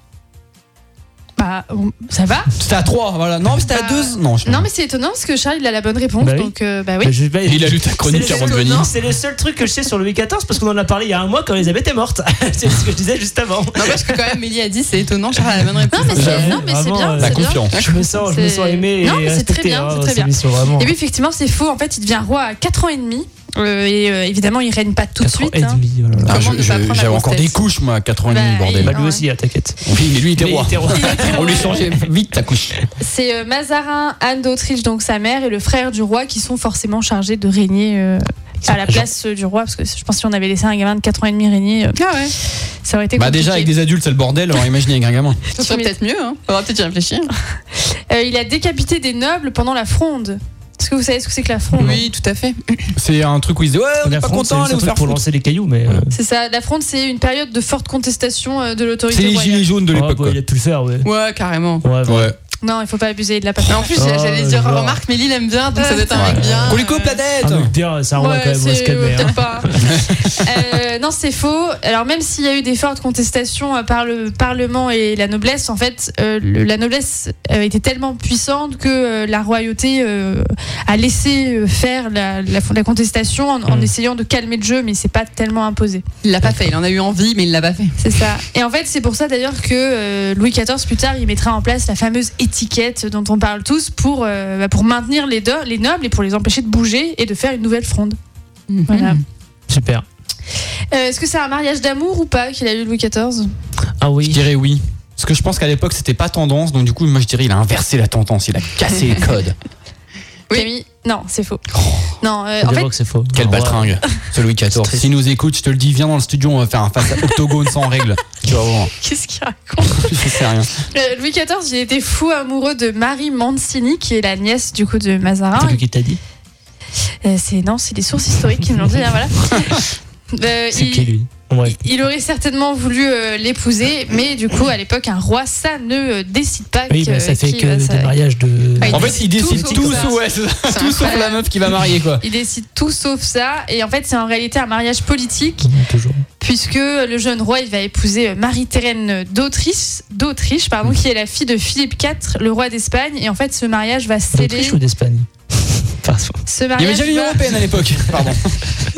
D: Bah, on- ça va
A: C'était à 3, voilà. Non, mais c'était à
D: Bah,
A: 2. Non, je-
D: Non, mais c'est étonnant parce que Charles, il a la bonne réponse.
C: Bah oui.
D: donc, euh, bah oui.
A: Il a lu ta chronique
C: C'est le-
A: avant de venir.
C: Non, c'est le seul truc que je sais sur Louis XIV parce qu'on en a parlé il y a un mois quand Elisabeth est morte. c'est ce que je disais juste avant.
B: Non, parce que quand même, Mélie a dit c'est étonnant, Charles a la bonne réponse.
D: Non, mais c'est
C: J'avoue,
D: non, mais c'est
C: vraiment,
D: bien.
C: euh,
A: La
D: c'est bien.
A: confiance.
C: Je me sens, je me sens
D: Ah, C'est-
C: aimé.
D: Non,
C: et
D: mais c'est très
C: respecté,
D: bien,
C: hein,
D: c'est très
C: ces
D: bien.
C: missions, vraiment.
D: Et oui, effectivement, c'est faux. En fait, il devient roi à 4 ans et demi. Euh, et euh, évidemment, il règne pas tout de
C: 4 ans
D: suite.
C: et
D: hein.
C: demi, oh là là.
A: Ah, je-
B: Comment ne
A: je-
B: pas prendre la
A: J'avais
B: grosse
A: encore
B: tête
A: des couches, moi, à 4 ans et demi,
D: Bah,
A: bordel.
C: Bah,
D: Ouais.
C: lui aussi, ah, t'inquiète.
A: Oui, mais lui, il était
C: Mais il
A: roi.
C: était roi.
A: On lui changeait vite ta couche.
D: C'est euh, Mazarin, Anne d'Autriche, donc sa mère, et le frère du roi qui sont forcément chargés de régner euh, à la
C: Genre-
D: place euh, du roi. Parce que je pense que si on avait laissé un gamin de 4 ans et demi régner, euh,
B: Ah ouais,
D: ça aurait été
A: Bah,
D: compliqué.
A: déjà, avec des adultes, c'est le bordel, alors imaginez avec un gamin.
B: ça serait peut-être mieux. Hein. On va peut-être y réfléchir.
D: Euh, il a décapité des nobles pendant la fronde. Est-ce que vous savez ce que c'est que la fronde
B: Oui, tout à fait.
A: C'est un truc où il se dit Ouais, on est
C: La
A: pas
D: hein,
C: France, c'est
A: content, allez
C: juste un
A: vous
C: truc
A: faire
C: pour
A: foutre.
C: lancer des cailloux, mais. euh,
D: C'est ça, la fronde, c'est une période de forte contestation euh, de
A: C'est
D: l'autorité
A: les
D: royale.
A: gilets jaunes de
C: ouais,
A: l'époque.
C: bah, il a pu le faire, ouais.
B: Ouais, carrément.
C: Ouais,
A: quoi. Ouais.
D: Non, il faut pas abuser de la papille.
B: Mais en plus,
C: Ah,
B: j'allais dire
C: genre.
B: remarque, Mélie l'aime bien, donc ça doit être un
A: Ouais. Ah,
B: mec bien.
A: Qu'on lui coupe la
B: euh,
A: tête
C: Un mec Ah, bien, ça rend quand même, on va se
D: c'est-
C: calmer. hein.
D: peut-être pas. Euh, non, c'est faux. Alors même s'il y a eu des fortes contestations euh, par le Parlement et la noblesse, en fait, euh, le- la noblesse euh, était tellement puissante que euh, la royauté euh, a laissé euh, faire la, la- la contestation en, en
C: Mm.
D: essayant de calmer le jeu, mais c'est pas tellement imposé.
B: Il l'a pas fait, il en a eu envie, mais il l'a pas fait.
D: C'est ça. Et en fait, c'est pour ça d'ailleurs que euh, Louis XIV plus tard, il mettra en place la fameuse étiquette dont on parle tous pour euh, bah, pour maintenir les, do- les nobles et pour les empêcher de bouger et de faire une nouvelle fronde.
B: Hum.
D: Voilà.
C: Super.
D: Euh, Est-ce que c'est un mariage d'amour ou pas qu'il a eu Louis XIV
C: Ah
A: Je
C: oui.
A: dirais oui. Parce que je pense qu'à l'époque, c'était pas tendance, donc du coup, moi, je dirais il a inversé la tendance, il a cassé les codes.
B: Oui.
D: Camille Non, c'est faux.
A: Oh.
D: Non, euh,
C: Faut
D: en
C: bien
D: fait,
C: voir que c'est faux.
A: Quel
C: Non, ouais.
A: baltringue, ce Louis XIV. S'il nous écoute, je te le dis, viens dans le studio, on va faire un face à octogone sans règle. Tu vas voir.
D: qu'est-ce qu'il raconte
A: Je sais rien.
B: Ah,
D: Euh, Louis XIV, il était fou amoureux de Marie Mancini, qui est la nièce du coup de Mazarin.
C: C'est lui qui t'a dit
D: Euh, c'est non, c'est des sources historiques qui me l'ont dit. hein, voilà. Euh,
C: C'est qui
D: il,
C: lui Ouais.
D: il aurait certainement voulu euh, l'épouser, mais du coup, à l'époque, un roi, ça ne euh, décide pas.
C: Oui,
D: que-
C: bah, ça fait
D: qui
C: que
D: va
C: des
D: sa-
C: mariages de.
B: Ah, il
A: En
B: dit
A: fait, il
B: tout
A: décide
B: sauf
A: tout,
B: ça.
A: sauf- ouais, c'est ça.
B: C'est
A: Tout sauf la
D: incroyable.
A: meuf qui va marier, quoi.
D: Il décide tout sauf ça, et en fait, c'est en réalité un mariage politique.
C: Toujours.
D: puisque le jeune roi il va épouser Marie-Thérèse d'Autriche, d'Autriche pardon, qui est la fille de Philippe IV, le roi d'Espagne. Et en fait, ce mariage va
C: D'Autriche
D: sceller.
C: ou d'Espagne
D: Ce
A: Il y avait
D: mariage,
A: déjà l'Union
D: va,
A: Européenne à l'époque. Pardon.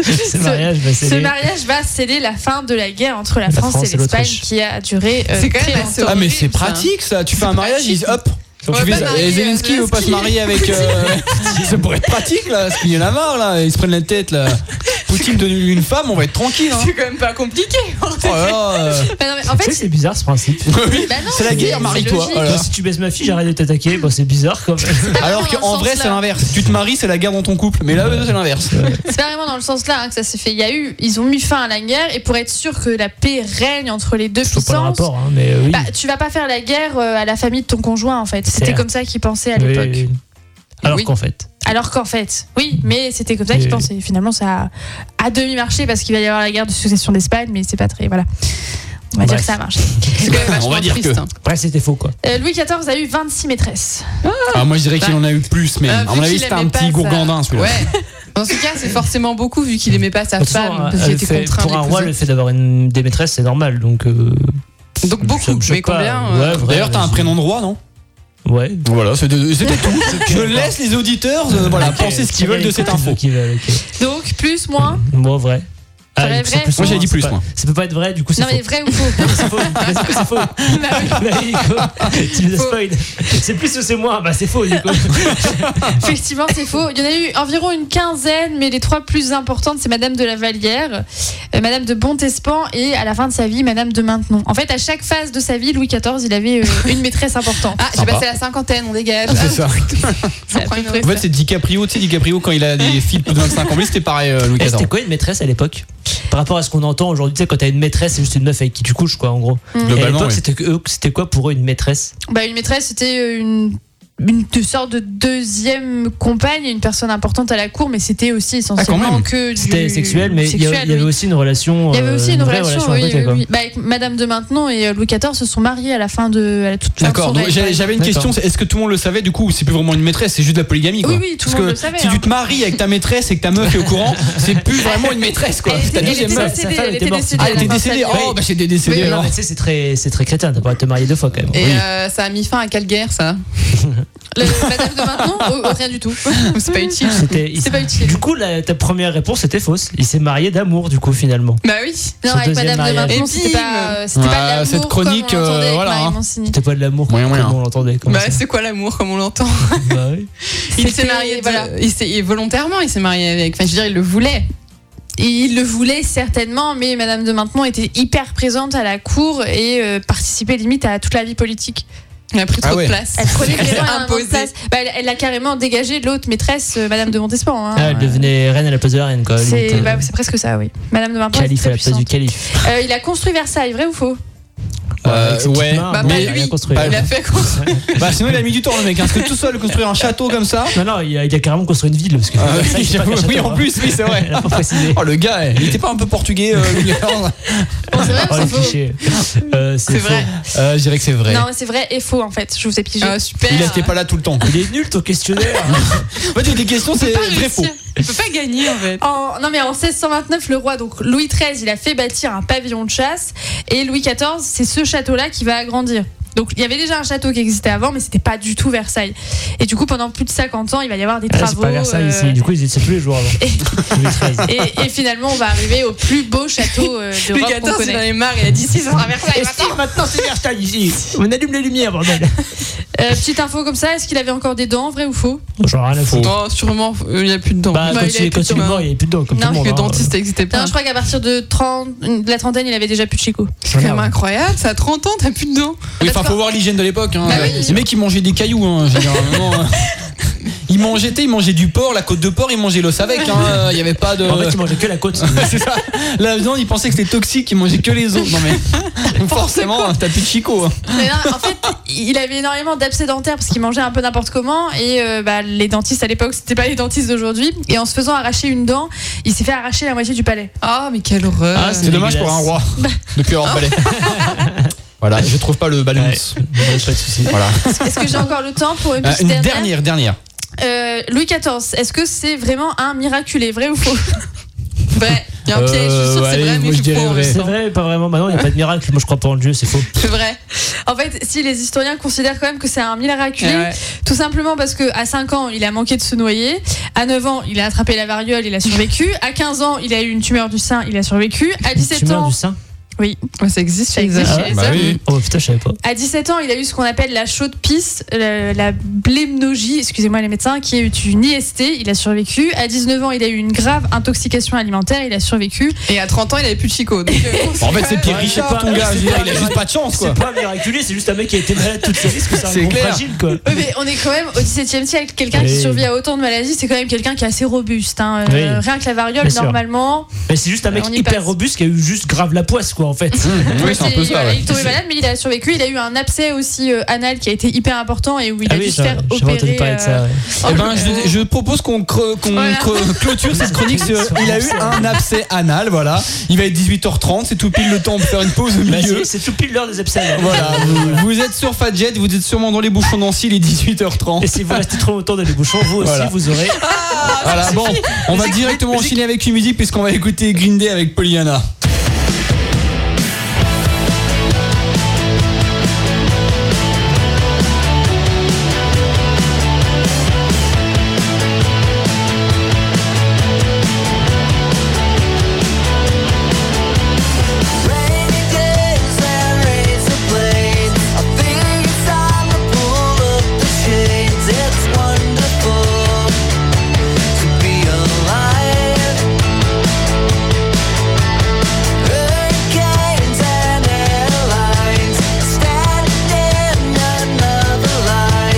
C: Ce mariage, bah,
D: ce
C: c'est. les-
D: mariage va sceller la fin de la guerre entre la, France, et l'Espagne
C: l'Autriche.
D: qui a duré. euh,
B: C'est quand même
D: très
B: la
D: longtemps.
B: seule-
A: Ah, mais c'est
B: horrible, ça.
A: pratique ça. Tu fais un mariage, ils disent hop.
B: Ouais,
A: tu
B: pas
A: fais ça.
B: marier,
A: Et Zelensky
B: euh,
A: veut pas se
B: Zelensky.
A: marier avec. euh, ça pourrait être pratique là, parce qu'il y en a marre là. Ils se prennent la tête là. Poutine de une femme, on va être tranquille. Hein.
B: C'est quand même pas compliqué.
A: Oh là là, euh,
D: Bah non, mais en
C: Tu sais que
D: fait,
C: c'est bizarre ce principe.
A: oui.
D: Bah non,
A: c'est la
D: c'est-
A: guerre,
D: c'est
A: marie-toi.
D: logique.
A: Voilà.
C: Bah, si tu baisses ma fille, j'arrête de t'attaquer. Bah, c'est bizarre quand même.
D: c'est pas
A: Alors
D: vraiment dans
A: qu'en
D: ce
A: vrai,
D: sens-là.
A: c'est l'inverse. Tu te maries, c'est la guerre dans ton couple. Mais là, c'est l'inverse.
D: C'est pas vraiment dans le sens là hein, que ça s'est fait. Il y a eu, ils ont mis fin à la guerre et pour être sûr que la paix règne entre les deux
C: Je trouve pas le
D: puissances,
C: rapport, hein, mais euh, oui.
D: bah, tu vas pas faire la guerre euh, à la famille de ton conjoint en fait. C'était
C: Clair.
D: comme ça qu'ils pensaient à
C: Oui,
D: l'époque.
C: oui, oui. Alors
B: Oui.
C: qu'en fait,
D: Alors qu'en fait, oui, mais c'était comme ça
C: Et-
D: qu'ils pensaient. Finalement, ça a à demi marché parce qu'il va y avoir la guerre de succession d'Espagne, mais c'est pas très. Voilà. On va dire
C: Bref.
D: que ça marche.
B: C'est quand même
A: On va
B: vachement
A: dire
B: triste.
A: que-
B: hein.
C: après c'était faux quoi.
D: Louis XIV a eu 26 maîtresses.
A: Ah, moi, je dirais qu'il en a eu plus, mais
B: Ah,
A: à
B: vu
A: mon avis,
B: qu'il
A: c'était un
B: aimait pas,
A: petit
B: ça-
A: gourgandin celui-là.
B: Ouais. Dans ce cas, c'est forcément beaucoup vu qu'il aimait pas sa
C: De toute façon,
B: femme
C: un-
B: parce qu'il
C: le
B: était
C: hein, fait-
B: contraint
C: pour un
B: d'épouser.
C: roi, le fait d'avoir une des maîtresses, c'est normal. Donc, euh,
B: Donc
C: ça
B: beaucoup,
C: me choque
B: mais
C: pas.
B: combien
C: Ouais,
B: euh,
C: vrai,
A: D'ailleurs, t'as un
C: vas-y.
A: prénom de roi, non
C: Ouais.
A: Voilà, c'était c'était tout. Je
C: d'accord.
A: laisse les auditeurs euh, voilà, penser ce qu'ils veulent de cette info.
C: Qu'ils veulent, ok.
D: Donc, plus, moins.
C: Moi, vrai.
D: Ça va
C: du
D: être
C: coup, c'est
D: vrai
A: Moi, j'ai
C: hein,
A: dit
C: c'est
A: plus,
C: pas-
A: moi.
C: Ça peut pas être vrai, du coup, c'est
D: Non, mais
C: faux.
D: vrai ou faux
C: C'est faux. Est-ce que c'est faux Tu nous as spoil. C'est plus ou c'est moins Bah, c'est faux, du coup.
D: Effectivement, c'est faux. Il y en a eu environ une quinzaine, mais les trois plus importantes, c'est Madame de la Vallière, euh, Madame de Montespan et à la fin de sa vie, Madame de Maintenon. En fait, à chaque phase de sa vie, Louis XIV, il avait euh, une maîtresse importante.
B: Ah, j'ai
A: Sympa. Ah,
B: passé la cinquantaine, on dégage.
A: C'est ça.
B: Ça prend une autre.
A: En fait, c'est DiCaprio, tu sais, DiCaprio, quand il a des filles de 25 ans, mais c'était pareil, euh, Louis
C: Eh, C'était
A: XIV.
C: quoi une maîtresse à l'époque Par rapport à ce qu'on entend aujourd'hui, tu sais, quand t'as une maîtresse, c'est juste une meuf avec qui tu couches, quoi, en gros. Et à
A: Globalement,
C: l'époque,
A: oui.
C: c'était que eux- c'était quoi pour eux une maîtresse
D: Bah, une maîtresse, c'était une, une de- sorte de deuxième compagne, une personne importante à la cour, mais c'était aussi
A: Ah, quand
D: essentiellement
A: même.
D: que du
C: C'était sexuel, mais il y, a-
D: sexuel,
C: il y avait
D: oui.
C: aussi une relation.
D: Il y avait
C: euh,
D: aussi une
C: vraie
D: relation,
C: à
D: oui,
C: côté,
D: oui,
C: quoi.
D: oui. Bah, avec Madame de Maintenon et euh, Louis XIV se sont mariés à la fin de à la toute fin de
A: D'accord,
D: son
A: donc
D: règne.
A: j'ai- j'avais une
C: D'accord.
A: question, c'est est-ce que tout le monde le savait du coup ou c'est plus vraiment une maîtresse, c'est juste de la polygamie quoi
D: Oui, oui, tout le
A: Parce
D: monde
A: que
D: le savait,
A: Si
D: hein.
A: tu te maries avec ta maîtresse et que ta meuf est au courant, c'est plus vraiment une maîtresse quoi,
D: Elle
A: c'est
D: était-
A: ta
D: elle était
A: deuxième meuf.
D: décédée,
C: Sa femme
D: elle
C: était
D: était
C: morte.
D: décédée.
A: Ah,
D: à
A: elle
D: la
A: était
D: fin de sa
A: décédée,
D: vie.
A: oh bah c'est des
C: Oui,
A: décédés
C: non,
A: alors.
C: mais tu sais, c'est très, c'est très chrétien, t'as pas à te marier deux fois quand même.
B: Et
A: Oui.
B: euh, ça a mis fin à quelle guerre ça
D: Le- Madame de Maintenon, au- au- rien du tout.
B: C'est pas utile.
C: C'était- il-
D: C'est pas utile.
C: Du coup, la- ta première réponse était fausse. Il s'est marié d'amour, du coup, finalement.
B: Bah oui.
D: Non,
C: Son
D: avec
C: deuxième
D: Madame
C: mariage.
D: de Maintenon,
B: Et
D: c'était
B: bim.
D: pas, euh, c'était
A: Ah,
D: pas de l'amour
A: cette chronique,
D: comme on l'entendait
A: euh,
D: avec
A: voilà,
D: Marie
A: hein.
D: Mancini.
C: C'était pas de l'amour
A: Moyen,
C: comme
A: moyen.
C: on l'entendait. comme
B: Bah
C: ça.
B: c'est quoi l'amour comme on l'entend
C: Bah oui.
B: Il s'est
D: C'était-
B: marié,
D: voilà.
B: voilà. Il s'est et volontairement, il s'est marié avec. Enfin, je veux dire, il le voulait.
D: Et il le voulait certainement, mais Madame de Maintenon était hyper présente à la cour et euh, participait limite à toute la vie politique.
B: Il a pris
A: Ah
B: trop
A: ouais.
B: de place.
D: Elle prenait
B: Elle s'est
D: vraiment un
B: imposée.
D: place. Bah, elle- elle l'a carrément dégagé de l'autre maîtresse, euh, Madame de Montespan. hein.
C: Ah, elle devenait reine à la place de la reine, quoi.
D: C'est
C: limite, euh,
D: bah, c'est presque ça, oui. Madame de Maintenon.
C: Calife à
D: était
C: la
D: très
C: place du
D: puissante.
C: calife.
D: Euh, il a construit Versailles, vrai ou faux
A: Euh,
C: Avec ses petites
A: ouais.
C: mains,
B: Bah,
C: bon,
B: pas
C: Ah, il a rien
B: lui.
C: construit.
A: Pas
B: Il a fait construire.
A: Bah sinon il a mis du temps le mec, hein, parce que tout seul construire un château comme ça.
C: Non, non, il a, il a carrément construit une ville. Parce que
A: Ah,
C: ça,
A: oui,
C: il s'est pas
A: j'avoue,
C: fait un
A: oui
C: château,
A: en plus, oui c'est
C: hein.
A: vrai.
C: Elle a pas précisé.
A: Oh le gars, eh, il était pas un peu portugais euh, Louis XIV
D: Bon, C'est vrai ou
C: Oh,
D: c'est
C: les
D: faux
C: clichés. Euh,
B: C'est
C: faux.
B: vrai.
A: Euh, Je dirais que c'est vrai.
D: Non, c'est vrai et faux en fait. Je vous ai pigé.
A: Euh,
B: Ah, super.
A: Il était pas là tout le temps.
C: Il est nul ton questionnaire.
A: En fait, il y a des questions, c'est
B: Pas
D: Ah,
A: vrai
B: réussi.
A: faux.
B: Il peut pas gagner en fait.
D: En- non mais en 1629, le roi donc Louis XIII, il a fait bâtir un pavillon de chasse et Louis XIV, c'est ce château-là qui va agrandir. Donc il y avait déjà un château qui existait avant, mais c'était pas du tout Versailles. Et du coup, pendant plus de 50 ans, il va y avoir des
C: Ah,
D: travaux.
C: C'est pas Versailles
D: euh,
C: ici. Du coup, ils étaient tous les jours avant. Louis XIII.
D: et, et finalement, on va arriver au plus beau château euh,
B: Louis
D: d'Europe qu'on
B: XIV, il en
D: connaît.
B: est marre, il a dit si, ça sera Versailles.
C: Et si, maintenant c'est Versailles ici. On allume les lumières, bordel.
D: Euh, petite info comme ça, est-ce qu'il avait encore des dents, vrai ou faux
C: J'en ai rien à foutre.
B: Non, sûrement, euh, il y a plus de dents.
C: Bah, quand
B: il
C: il
B: avait
C: est quand
B: plus de
C: il est
B: dents.
C: mort, il n'y avait plus de dents, comme
D: Non,
C: tout le monde.
B: Le
C: hein.
B: dentiste n'existait
D: Non,
B: pas.
D: je crois qu'à partir de, 30, de la trentaine, il avait déjà plus de chico.
B: C'est quand même
C: Merde.
B: incroyable, ça a 30 ans, t'as plus de dents.
A: Oui, enfin, faut voir l'hygiène de l'époque. Hein.
B: Bah oui.
A: Les mecs, ils mangeaient des cailloux, hein, généralement. ils mangeaient, tu sais, ils mangeaient du porc, la côte de porc, ils mangeaient l'os avec. hein. Il y avait pas de.
C: En fait, il mangeait que la côte.
A: c'est ça. La viande, ils pensaient que c'était toxique, ils mangeaient que les os. Non mais forcément, t'as plus de chico. hein.
D: Mais non, en fait, il avait énormément d'abcès dentaires parce qu'il mangeait un peu n'importe comment. Et euh, bah, les dentistes à l'époque, c'était pas les dentistes d'aujourd'hui. Et en se faisant arracher une dent, il s'est fait arracher la moitié du palais.
B: Ah, mais quelle horreur.
C: Ah,
A: C'est dommage pour un roi depuis avoir balai. Voilà, je trouve pas le balance.
C: Ouais, Pas de soucis.
A: Voilà.
D: Est-ce que j'ai encore le temps pour Ah, une
A: Euh,
D: petite
A: une dernière,
D: dernière,
A: dernière.
D: Euh, Louis XIV, est-ce que c'est vraiment un miraculé, vrai ou faux
B: vrai. Il y a un piège, je suis
A: Euh,
B: sûre que c'est
A: allez,
B: vrai,
A: moi,
B: mais
A: je
B: je suis
A: dirais
B: pour,
A: vrai.
B: je
C: C'est
B: sens.
C: vrai, pas vraiment. Maintenant, il n'y a pas de miracle. Moi, je crois pas en Dieu, c'est faux.
B: C'est vrai.
D: En fait, si les historiens considèrent quand même que c'est un miraculé,
B: Ouais.
D: tout simplement parce que à 5 ans, il a manqué de se noyer, à 9 ans, il a attrapé la variole, il a survécu, à 15 ans, il a eu une tumeur du sein, il a survécu, à 17
C: Tumeur
D: ans,
C: du sein.
D: Oui.
B: Ah Ouais, ça existe
D: Ça
B: chez les
D: existe
B: hommes.
D: chez les
A: bah
D: hommes.
A: oui.
C: Oh putain, je savais pas.
D: À 17 ans, il a eu ce qu'on appelle la chaude pisse, la, la blémnogie, excusez-moi les médecins, qui est une IST, il a survécu. À 19 ans, il a eu une grave intoxication alimentaire, il a survécu.
B: Et à 30 ans, il avait plus de chico. donc, euh, bon,
A: Bon, en fait, c'est Pierre
C: Ouais,
A: Richard,
C: c'est
A: ton
C: pas-
A: gars.
C: c'est
A: je veux dire,
C: pas-
A: Il a juste pas de chance, quoi.
C: C'est pas miraculé, c'est juste un mec qui a été malade toute sa vie, parce que c'est
A: C'est
C: un gros
A: clair.
C: fragile quoi.
D: Oui, mais on est quand même au 17e siècle, quelqu'un qui
C: Oui.
D: survit à autant de maladies, c'est quand même quelqu'un qui est assez robuste. hein. Euh,
C: Oui.
D: Rien que la variole,
C: Bien sûr.
D: normalement.
C: Mais c'est juste un mec
D: On y
C: hyper
D: passe.
C: robuste qui a eu juste grave la poisse quoi en fait.
A: Oui, c'est un peu ça,
D: voilà,
A: ouais.
D: Il est tombé malade, mais il a survécu. Il a eu un abcès aussi euh, anal qui a été hyper important et où il
C: Ah
D: a
C: oui,
D: dû se faire
C: j'ai- j'avais
D: opérer.
C: entendu parler de ça. ouais.
D: euh,
A: Eh ben, je, je propose qu'on cre- qu'on
D: Voilà.
A: cre- clôture cette chronique. sur-
C: Sur
A: Il a eu
C: l'abcès.
A: un abcès anal, voilà. Il va être 18h30, c'est tout pile le temps pour faire une pause au
C: Bah,
A: milieu.
C: c'est- c'est tout pile l'heure des absents.
A: Voilà, vous, vous êtes sur Fadjet, vous êtes sûrement dans les bouchons d'Ancy, il est 18h30.
C: Et si vous restez trop longtemps dans les bouchons, vous aussi
A: Voilà.
C: vous aurez. bah,
A: Voilà, bon, on va directement enchaîner avec une musique puisqu'on va écouter Green Day avec Pollyanna.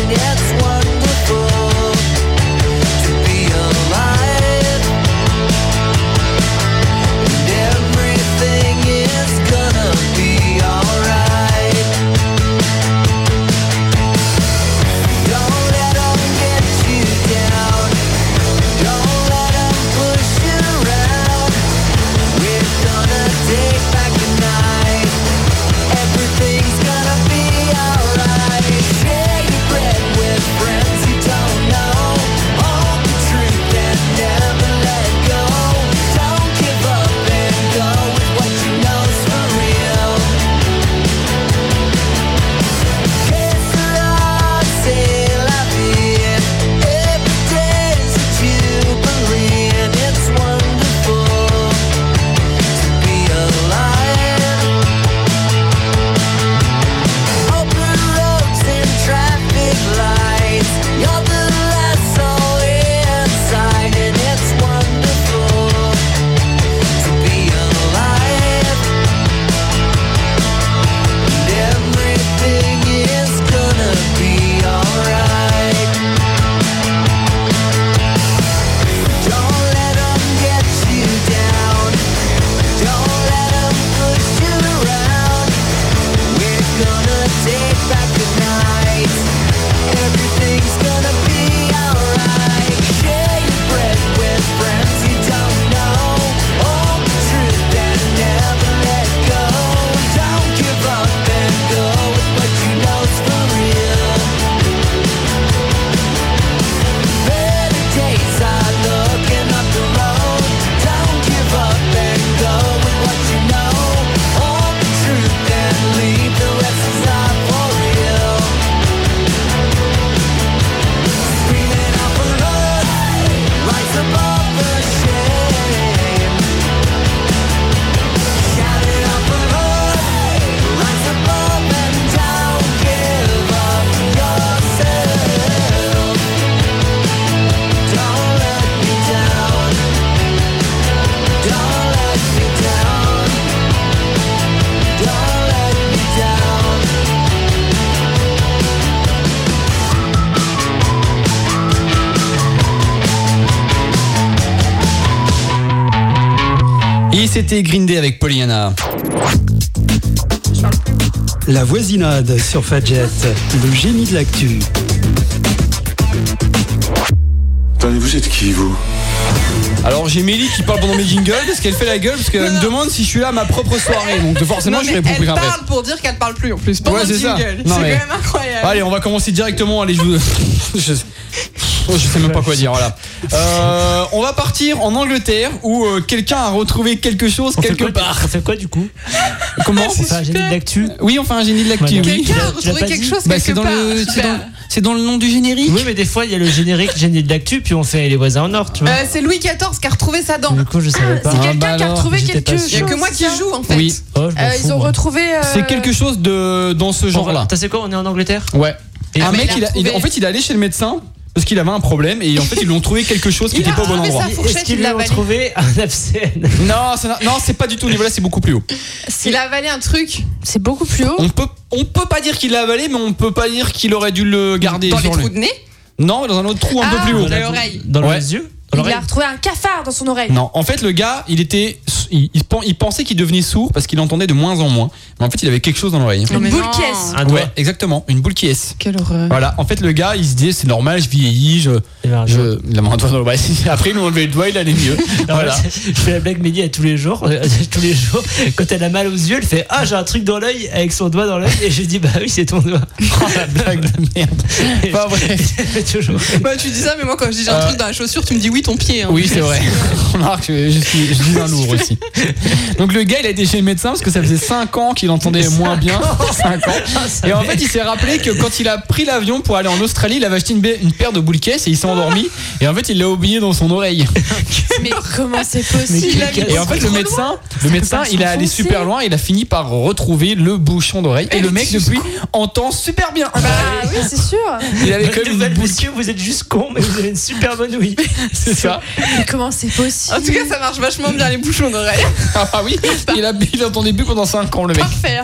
G: It's wonderful to be alive. Everything is gonna be alright. Don't let 'em get you down. Don't let 'em push you around. We're gonna take back the night. Everything's gonna be alright. Share your bread with friends you don't know. Hold the truth and never let go. Don't give up and go with what you know's for real. Sail up here. Every day's a jubilee and it's wonderful to be alive. Open roads and traffic lights. You're the last soul inside, and it's wonderful to be alive. And everything is gonna be alright. Don't let 'em get you down. Don't let 'em push you around. We're gonna take back the night. Everything's gonna be alright. Share your bread with friends you don't know. All the truth and never let go. Don't give up and go with what you know's for real. Better days are looking up the road. Don't give up and go with what you know. Hold the truth and leave the rest is not for real. Screaming out for love, rise above the shame. Shouting out for love, rise above and don't give up yourself. Don't let me down. Don't let me down. Don't let me down.
A: Et c'était Green Day avec Pollyanna.
E: La voisinade sur Fadjet, le génie de l'actu.
F: Attendez, vous êtes qui, vous
A: Alors j'ai Mélie qui parle pendant mes jingles parce qu'elle fait la gueule parce qu'elle me demande si je suis là à ma propre soirée. Donc forcément
B: non,
A: je
B: mais
A: réponds
B: elle
A: plus qu'un
B: parle pour dire qu'elle parle plus en plus. Pendant
A: Ouais,
B: le
A: c'est ça.
B: jingle.
A: Non,
B: C'est
A: mais-
B: quand même incroyable.
A: Allez, on va commencer directement. Allez, je vous. je... Oh, je sais même pas quoi dire, voilà. Euh, on va partir en Angleterre où euh, quelqu'un a retrouvé quelque chose
C: On fait
A: quelque
C: quoi,
A: part.
C: On fait quoi du coup
A: Comment
C: On fait un génie d'actu.
A: Oui, on fait un génie de l'actu.
C: Voilà.
A: oui.
B: Quelqu'un
C: Tu l'as-
B: a
C: tu l'as
B: retrouvé
C: pas
B: quelque
C: dit
B: chose
A: Bah, c'est
B: quelque
A: dans
B: part.
A: le- c'est
B: Super.
A: dans- C'est dans le nom du générique
C: Oui, mais des fois, il y a le générique génie de l'actu, puis on fait les voisins en or, tu vois.
B: Euh, c'est Louis XIV qui a retrouvé sa dent.
C: du coup, je savais pas.
D: C'est quelqu'un
A: bah
D: qui a
A: alors,
D: retrouvé
C: Ah, j'étais
D: quelque
C: pas
D: chose.
B: Il n'y a que moi qui
D: ça.
B: joue en fait.
A: Oui.
C: Oh, je m'en
D: Euh,
C: fous,
D: ils ont
C: moi.
D: retrouvé. euh,
A: hein. C'est quelque chose de dans ce
C: On va-
A: genre-là.
C: T'as c'est quoi On est en Angleterre
A: Ouais.
C: Et
A: un
B: mais
A: mec,
B: il a
A: il a- il-
B: retrouvé-
A: en fait, il est allé chez le médecin parce qu'il avait un problème et en fait, ils lui ont trouvé quelque chose qui
B: Il a
A: n'était pas au bon
B: retrouvé
A: endroit.
B: sa fourchette,
C: Est-ce qu'ils
B: il
C: lui
B: l'a
C: ont
B: avalée.
C: trouvé un absène
A: Non, ça n'a- non, c'est pas du tout au niveau là, c'est beaucoup plus haut.
B: Il a avalé un truc.
D: C'est beaucoup plus haut.
A: On peut, on peut pas dire qu'il l'a avalé, mais on peut pas dire qu'il aurait dû le garder
B: dans les
A: sur lui.
B: trous de nez.
A: Non, dans un autre trou un peu
B: Ah.
A: plus haut.
B: Dans l'oreille.
C: Dans
A: Ouais.
C: les yeux Dans
D: Il
C: l'oreille
D: a retrouvé un cafard dans son oreille.
A: Non, en fait, le gars, il était, il, il pen- il pensait qu'il devenait sourd parce qu'il entendait de moins en moins. Mais en fait, il avait quelque chose dans l'oreille.
D: Une
B: mais
D: boule
B: non.
D: qui est-ce
C: Un doigt
A: Ouais, exactement, une boule qui est.
B: Quelle horreur.
A: Voilà, en fait, le gars, il se dit, c'est normal, je vieillis, je,
C: Il a un doigt.
A: je, il a mis un doigt dans le ouais, Après, ils lui ont enlevé le doigt, il allait mieux.
C: Non,
A: voilà.
C: mais Je fais la blague Mehdi à tous les jours. euh, tous les jours, quand elle a mal aux yeux, elle fait Ah, j'ai un truc dans l'œil avec son doigt dans l'œil. Et je dis Bah oui, c'est ton doigt.
A: Oh, la blague de merde. Pas vrai.
C: Elle fait toujours.
B: Bah, tu dis ça, mais moi quand je dis j'ai
A: Euh.
B: un truc dans la chaussure, tu me dis oui, ton pied. hein.
A: Oui, c'est vrai. Remarque, je, je suis, je dis un lourd aussi. Donc le gars, il a été chez le médecin parce que ça faisait 5 ans qu'il entendait moins bien. 5 ans. Et en fait, il s'est rappelé que quand il a pris l'avion pour aller en Australie, il avait acheté une, ba- une paire de boules caisses et il s'est endormi. Et en fait, il l'a oublié dans son oreille.
D: Mais comment c'est
C: Mais
D: possible
C: quel cas-
A: Et en fait, le médecin, le médecin,
D: pas
A: il est allé
D: s'enfoncer.
A: super loin. Il a fini par retrouver le bouchon d'oreille. Et le mec, depuis, entend super bien.
D: Bah oui, c'est sûr.
A: Il avait
C: Bonne
A: quand même
C: nouvelle,
A: une boule.
C: messieurs, vous êtes juste con, mais vous avez une super bonne ouïe.
A: C'est ça.
D: Mais comment c'est possible
B: En tout cas, ça marche vachement bien les bouchons d'oreille.
A: Ah oui, il a, il entendait plus pendant 5 ans, le mec.
B: Parfait.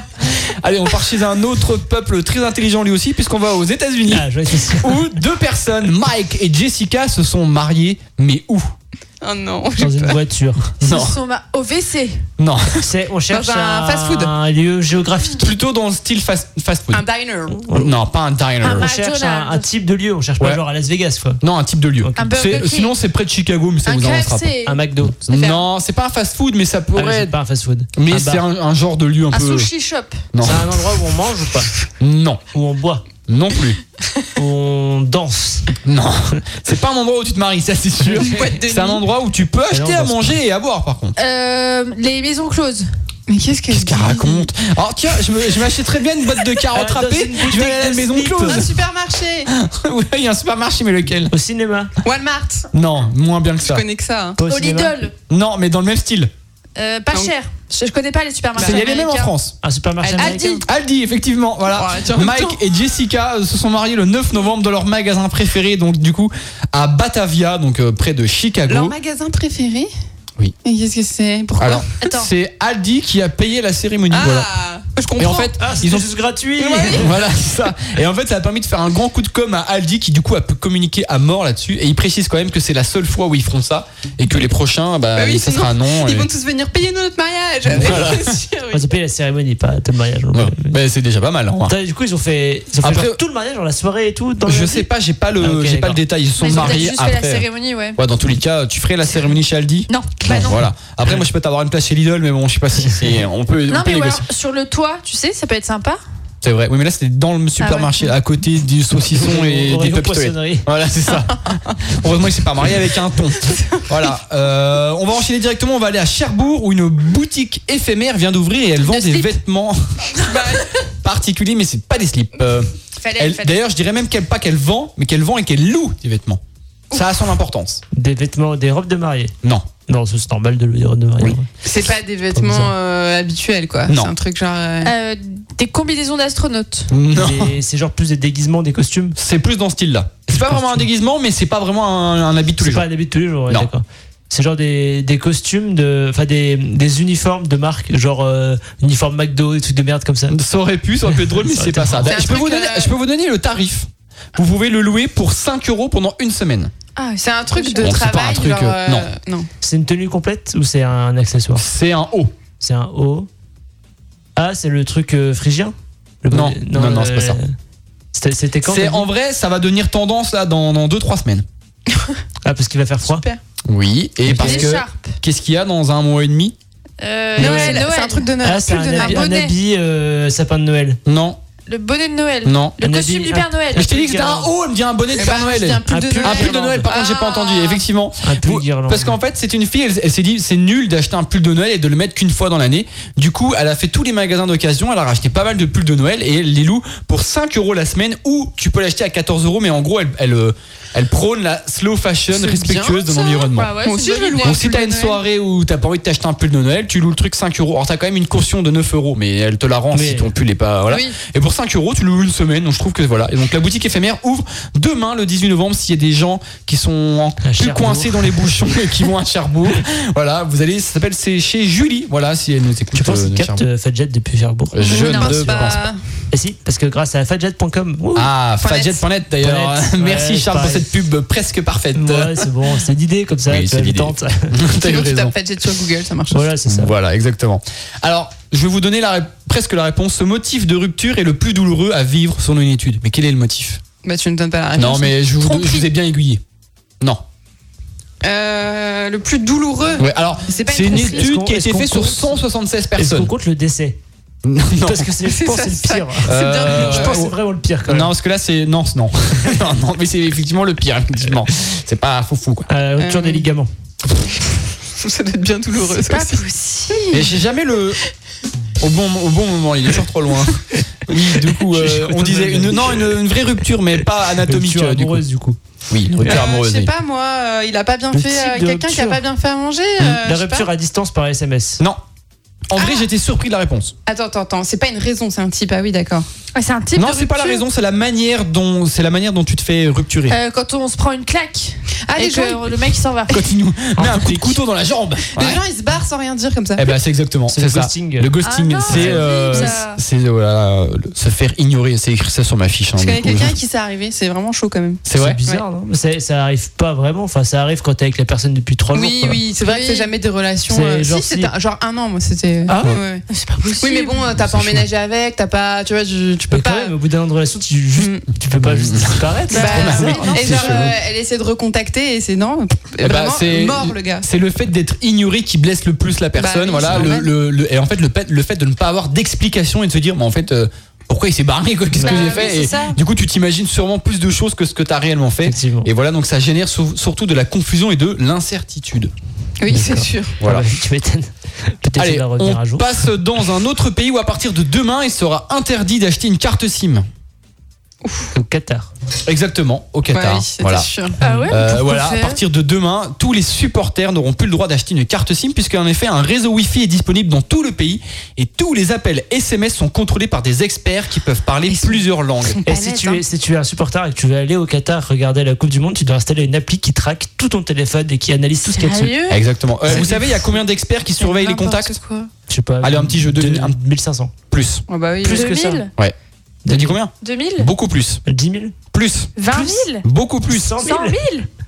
A: Allez, on part chez un autre peuple très intelligent lui aussi, puisqu'on va aux États-Unis,
C: Ah, je vois, c'est sûr.
A: où deux personnes, Mike et Jessica, se sont mariées, mais où
B: Oh non.
C: Dans une voiture.
D: Ils
A: Non,
D: sont ma- au WC.
A: non,
C: C'est, on cherche
B: Dans un
C: un,
B: fast-food.
C: un lieu géographique.
A: plutôt dans le style fast, fast food.
B: Un diner.
A: Non, pas un diner.
C: On
D: Un McDonald's.
C: cherche un, un type de lieu, on cherche pas
A: Ouais.
C: genre à Las Vegas, quoi.
A: Non, un type de lieu.
D: Un Burger
A: C'est-
D: King.
A: Sinon, c'est près de Chicago, mais ça
D: Un
A: vous avancera pas.
D: KFC.
C: Un McDo.
B: faire.
A: Non, c'est pas un fast food, mais ça
C: Ah, mais
A: pourrait
C: c'est
A: être.
C: pas un fast-food.
A: Mais
C: Un
A: c'est
C: bar.
A: un, un genre de lieu un
D: Un
A: peu.
D: sushi shop.
A: Non,
C: C'est un endroit où on mange ou pas
A: non,
C: Où on boit
A: non plus.
C: Où on danse
A: Non, c'est pas un endroit où tu te maries, ça c'est sûr.
B: boîte de
A: C'est un
B: nuit.
A: endroit où tu peux
C: Et là, on
A: acheter à
C: danse pas.
A: manger et à boire, par contre.
D: Euh, les maisons closes.
B: Mais qu'est-ce que
A: Qu'est-ce qu'elle raconte Alors tiens, je, me- je m'achèterais bien une boîte de carottes
C: Euh, dans
A: râpées,
C: une
A: je vais aller à la
C: boutique de
A: maison
C: Smith.
B: Un
A: close.
B: supermarché.
A: ouais, il y a un supermarché, mais lequel
C: Au cinéma
B: Walmart.
A: Non, moins bien que
B: Je
A: ça.
B: connais que ça. hein.
C: Pas
D: Au Lidl.
A: Non, mais dans le même style.
D: Euh, pas
B: Non.
D: cher. Je, je connais pas les supermarchés.
B: Bah,
A: C'est- Il y a les mêmes en
D: américains.
A: France.
C: Un supermarché américain
B: Aldi.
A: Aldi, effectivement, voilà.
B: Ouais, tiens, en même temps.
A: Mike et Jessica euh, se sont mariés le 9 novembre dans leur magasin préféré, donc du coup à Batavia, donc euh, près de
B: Leur
A: Chicago.
B: magasin préféré
A: Oui.
B: Mais qu'est-ce que c'est Pourquoi
A: Alors,
D: Attends.
A: c'est Aldi qui a payé la cérémonie,
B: Ah,
A: voilà.
B: je comprends.
A: Et en fait,
C: Ah,
A: ils
C: c'est
A: ont
C: juste gratuit
A: voilà, c'est ça. Et en fait, ça a permis de faire un grand coup de com à Aldi qui, du coup, a pu communiquer à mort là-dessus. Et ils précisent quand même que c'est la seule fois où ils feront ça et que les prochains, bah,
B: Bah oui,
A: ça
B: sinon,
A: sera un non.
B: ils
A: et-
B: vont tous venir payer notre mariage. C'est sûr,
C: On
B: oui.
C: s'est Ah, payé la cérémonie, pas tout le mariage.
A: Ouais, bah, c'est déjà pas mal. hein.
C: Putain, Du coup, ils ont fait, ils ont fait
A: Après-
C: genre tout le mariage, genre la soirée et tout. Dans
A: Je
C: le-
A: sais pas, j'ai pas le,
C: Ah, ok,
A: j'ai pas
C: d'accord.
A: le détail. Ils se sont
D: Ils ont peut-être
A: mariés
D: juste fait la
A: après.
D: cérémonie, ouais.
A: Ouais, dans tous les cas, tu ferais la cérémonie chez Aldi
D: Non, bah non.
A: Voilà. Après, moi, je peux t'avoir une place chez Lidl, mais bon, je sais pas si c'est- on peut, on
D: Non,
A: peut
D: mais ou alors,
A: négocier.
D: sur le toit, tu sais, ça peut être sympa.
A: C'est vrai. Oui, mais là, c'était dans le supermarché, à côté du saucisson et
C: Oreo
A: des pop
C: poissonnerie.
A: Voilà, c'est ça. Heureusement, il s'est pas marié avec un ton. Voilà. Euh, on va enchaîner directement. On va aller à Cherbourg où une boutique éphémère vient d'ouvrir et elle vend des
D: slips.
A: vêtements particuliers, mais c'est pas des slips. Euh,
D: Fallait,
A: elle-
D: fallait-
A: D'ailleurs, je dirais même qu'elle pas qu'elle vend, mais qu'elle vend et qu'elle loue des vêtements. Ça a son importance.
C: Des vêtements, des robes de mariée.
A: Non.
C: Non, ça, c'est normal de le dire robes de mariée.
B: C'est pas des
C: Pas
B: vêtements
C: bizarre.
B: euh, habituels, quoi.
A: Non.
B: C'est un truc genre. euh,
D: Euh, des combinaisons d'astronautes.
A: Non.
C: Des- C'est genre plus des déguisements, des costumes.
A: C'est plus dans ce style-là. C'est pas vraiment un déguisement, mais c'est pas vraiment un, un habit de tous les
C: C'est
A: jours.
C: pas un habit de tous les jours, ouais,
A: Non.
C: d'accord. C'est genre des, des costumes, de, enfin des, des uniformes de marque, genre euh, uniforme McDo, des trucs de merde comme ça.
A: Ça aurait pu, ça aurait pu être drôle, mais
C: Ça aurait
A: c'est
C: été
A: pas ça. Ben,
B: drôle. C'est un
A: Je peux, vous
B: truc,
A: donner,
B: euh,
A: je peux vous donner le tarif. Vous pouvez le louer pour 5 euros pendant une semaine.
D: Ah,
B: C'est un truc de
A: Bon, c'est pas un
B: travail.
A: truc,
B: genre,
A: euh, non.
B: non.
C: C'est une tenue complète ou c'est un accessoire
A: C'est un haut.
C: C'est un haut. Ah, c'est le truc euh, phrygien Le- euh,
A: Non, non, non, c'est pas ça.
C: C'était c'était quand
A: C'est
C: t'as dit
A: en vrai, ça va devenir tendance là dans 2-3 semaines.
C: Ah, parce qu'il va faire froid.
B: Super.
A: Oui, et
C: Ok.
A: parce
D: une
A: que
D: écharpe.
A: qu'est-ce qu'il y a dans un mois et demi
D: Euh,
B: Noël,
D: Noël.
B: c'est un truc de Noël.
C: Ah, c'est
B: pull
C: un,
B: de
C: habit-
B: Noël.
C: un
D: bonnet.
C: habit euh, sapin de Noël.
A: Non,
D: Le bonnet de Noël.
A: Non.
D: Le
C: On a
D: costume
C: dit-
D: du Père Noël. Bah,
A: Mais je t'ai dit que c'était un haut, elle me dit un
D: Eh
A: bonnet de
D: ben,
A: Père Noël.
B: C'était un pull
C: Un
B: de
C: pull.
B: Noël.
A: Un pull de Noël, par contre, j'ai pas entendu,
D: Ah.
A: effectivement.
C: Un pull
A: Vous-
C: d'Irlande.
A: Parce qu'en fait, c'est une fille, elle, elle s'est dit, c'est nul d'acheter un pull de Noël et de le mettre qu'une fois dans l'année. Du coup, elle a fait tous les magasins d'occasion, elle a racheté pas mal de pulls de Noël et elle les loue pour 5 euros la semaine ou tu peux l'acheter à 14 euros, mais en gros, elle, elle, euh, elle prône la slow fashion
B: C'est
A: respectueuse de
B: bien, ça.
A: l'environnement.
D: Bah ouais,
B: Moi aussi,
D: c'est une
B: je
D: bonne
B: le
D: idée.
B: vois.
A: Donc si
B: pull
A: t'as
B: de
A: une
B: Noël.
A: soirée où t'as pas envie de t'acheter un pull de Noël, tu loues le truc 5 euros. Alors t'as quand même une caution de 9 euros, mais elle te la rend
C: Mais-
A: si ton pull est pas. Voilà.
B: Oui.
A: Et pour 5 euros, tu le loues une semaine. Donc je trouve que voilà. Et donc la boutique éphémère ouvre demain le 18 novembre s'il y a des gens qui sont en- plus
C: Cherbourg.
A: coincés dans les bouchons et qui vont à Cherbourg. Voilà, vous allez, ça s'appelle c'est chez Julie. Voilà, si elle nous écoute.
C: Tu penses
A: euh,
C: qu'il
A: de
C: capte
A: Cherbourg.
C: euh, Fadjet depuis Cherbourg
A: Je
B: Non,
A: ne pense
B: c'est
A: pas.
B: pas-
C: Ah si, parce que grâce à fadjet.com. ouh,
A: Ah,
B: Point net.
A: Fadjet.net d'ailleurs.
C: Point net.
A: Merci
C: Ouais,
A: Charles pour
C: pareil.
A: cette pub presque parfaite.
C: Ouais, c'est bon, c'est l'idée comme ça,
A: Oui,
C: tu
A: c'est
C: vois, elle
A: l'idée.
C: tente.
A: T'as eu
B: Sinon, tu
A: raison.
B: tapes Fadjet sur Google, ça marche.
C: Voilà, c'est ça.
A: Voilà, exactement. Alors, je vais vous donner la, ré- presque la réponse. Ce motif de rupture est le plus douloureux à vivre selon une étude. Mais quel est le motif
B: Bah, tu ne donnes pas la réponse.
A: Non, mais je vous,
B: Tromperie.
A: je vous ai bien aiguillé. Non.
B: Euh, le plus douloureux.
A: Ouais, alors,
B: C'est pas
A: c'est
B: une
A: une
B: tromperie.
C: Est-ce
A: étude
C: qu'on-
A: qui a
C: est-ce
A: été
C: qu'on
A: faite sur
C: compte
A: 176
C: Est-ce qu'on
A: personnes.
C: compte le décès
A: Non.
C: Parce que c'est, je
B: C'est
C: pense
B: ça,
C: que c'est le pire.
B: C'est
A: Euh,
B: dingue.
C: Je pense que c'est vraiment le pire quand même.
A: Non, parce que là, c'est. Non, c'est- non. non, non, mais c'est effectivement le pire, effectivement. C'est pas foufou, quoi.
C: Euh, rupture
B: Euh,
C: des ligaments.
B: Ça doit être bien douloureux.
D: C'est
B: ça
D: pas
B: aussi.
D: possible.
A: Mais j'ai jamais le. Au bon, au bon moment, il est toujours trop loin. Oui, du coup, euh,
C: Je- je-
A: on disait une, non, une, une vraie rupture, mais pas anatomique.
C: Rupture
A: euh, du coup.
C: amoureuse, du coup.
A: Oui, une
B: Euh,
A: rupture
B: je
A: amoureuse.
B: sais
A: oui.
B: pas moi, euh, il a pas bien
C: Le
B: fait
C: type
B: euh,
C: de
B: quelqu'un qui a
C: rupture.
B: pas bien fait à manger.
A: Hmm.
B: euh, je
C: La
B: sais
C: rupture
B: pas.
C: à distance par SMS.
A: Non. En vrai, j'étais surpris de la réponse.
B: Attends, attends, attends, c'est pas une raison, c'est un type. Ah oui, d'accord.
D: Ouais, c'est un type
A: Non,
D: de
A: c'est pas la
D: rupture.
A: raison, c'est la manière dont c'est la manière dont tu te fais rupturer.
D: Euh, quand on se prend une claque
B: Ah
D: et
B: les
D: que
B: gens,
D: le mec il s'en va.
A: Quand il nous met un coup de couteau dans la jambe.
B: les gens ils se barrent sans rien dire comme ça.
A: Eh ben c'est exactement,
C: C'est
A: c'est
C: le
A: ça.
C: ghosting.
A: Le ghosting,
D: Ah non,
A: c'est
D: c'est
A: euh,
D: horrible, ça.
A: c'est euh, voilà, le- se faire ignorer. C'est écrit ça sur ma fiche. hein, du
B: Je connais
A: coup.
B: quelqu'un à qui c'est arrivé, c'est vraiment chaud quand même.
A: C'est vrai.
C: bizarre, non Mais c'est- ça arrive pas vraiment. Enfin, ça arrive quand t'es avec la personne depuis 3 jours.
B: Oui,
C: quoi.
B: oui, c'est vrai que
D: Oui.
B: c'est jamais des relations.
C: C'est
B: euh,
C: genre
B: si,
C: si.
B: c'était un- genre un an, moi c'était.
C: Ah.
B: Ouais, ouais.
D: C'est pas possible.
B: Oui, mais bon, euh, t'as pas emménagé avec, t'as pas, tu vois, je- tu peux
C: Mais quand
B: pas. Mm.
C: même, au bout d'un an de relation, tu, juste- tu peux
A: Mm.
C: pas juste disparaître.
B: Bah,
D: Bah,
B: ouais.
D: oui, non,
B: et
A: c'est
B: genre,
A: chelou.
B: euh, elle essaie de recontacter et c'est non,
A: Eh ben,
B: vraiment
A: c'est-
B: mort le gars.
A: C'est le fait d'être ignoré qui blesse le plus la personne.
B: oui,
A: voilà.
B: c'est
A: Le,
B: normal.
A: le- le- et en fait, le, fait- le fait de ne pas avoir d'explication et de se dire, mais en fait, euh, pourquoi il s'est barré quoi Qu'est-ce
D: Bah,
A: que j'ai
D: oui,
A: fait
D: c'est
A: Et
D: ça.
A: du coup, tu t'imagines sûrement plus de choses que ce que t'as réellement fait.
C: Effectivement.
A: Et voilà, donc ça génère sou- surtout de la confusion et de l'incertitude.
B: Oui, c'est
C: D'accord.
B: sûr.
A: Voilà.
C: Ah bah, tu m'étonnes. Peut-être
A: Allez,
C: qu'il va revenir un
A: on
C: jour.
A: passe dans un autre pays où à partir de demain, il sera interdit d'acheter une carte SIM.
C: Au Qatar.
A: Exactement, au
B: Ouais,
A: Qatar.
B: Bah oui, c'était
A: voilà.
B: sûr.
D: Ah ouais
A: Euh,
D: pourquoi
A: voilà, à
D: faire
A: partir de demain, tous les supporters n'auront plus le droit d'acheter une carte SIM puisqu'en effet, un réseau Wi-Fi est disponible dans tout le pays et tous les appels SMS sont contrôlés par des experts qui peuvent parler plusieurs langues.
C: Et
B: Eh,
D: pas
C: Eh, si
D: net,
C: tu,
D: hein.
C: es, si tu es un supporter et que tu veux aller au Qatar regarder la Coupe du Monde, tu dois installer une appli qui traque tout ton téléphone et qui analyse tout ce qu'il y a dessus.
D: Sérieux
A: Exactement. Euh,
C: C'est
A: vous
C: des
A: savez, il y a combien d'experts qui surveillent les
D: N'importe
A: contacts
D: quoi.
C: Je sais pas.
A: Allez, un petit jeu de-
C: deux-
A: un-
C: 1500.
A: Plus.
B: Oh, bah oui.
C: Plus que ça.
D: 2000
A: T'as dit combien
D: 2000
A: Beaucoup plus.
C: 10 000
A: Plus.
D: 20 000
A: Beaucoup plus.
C: 100
D: 100 000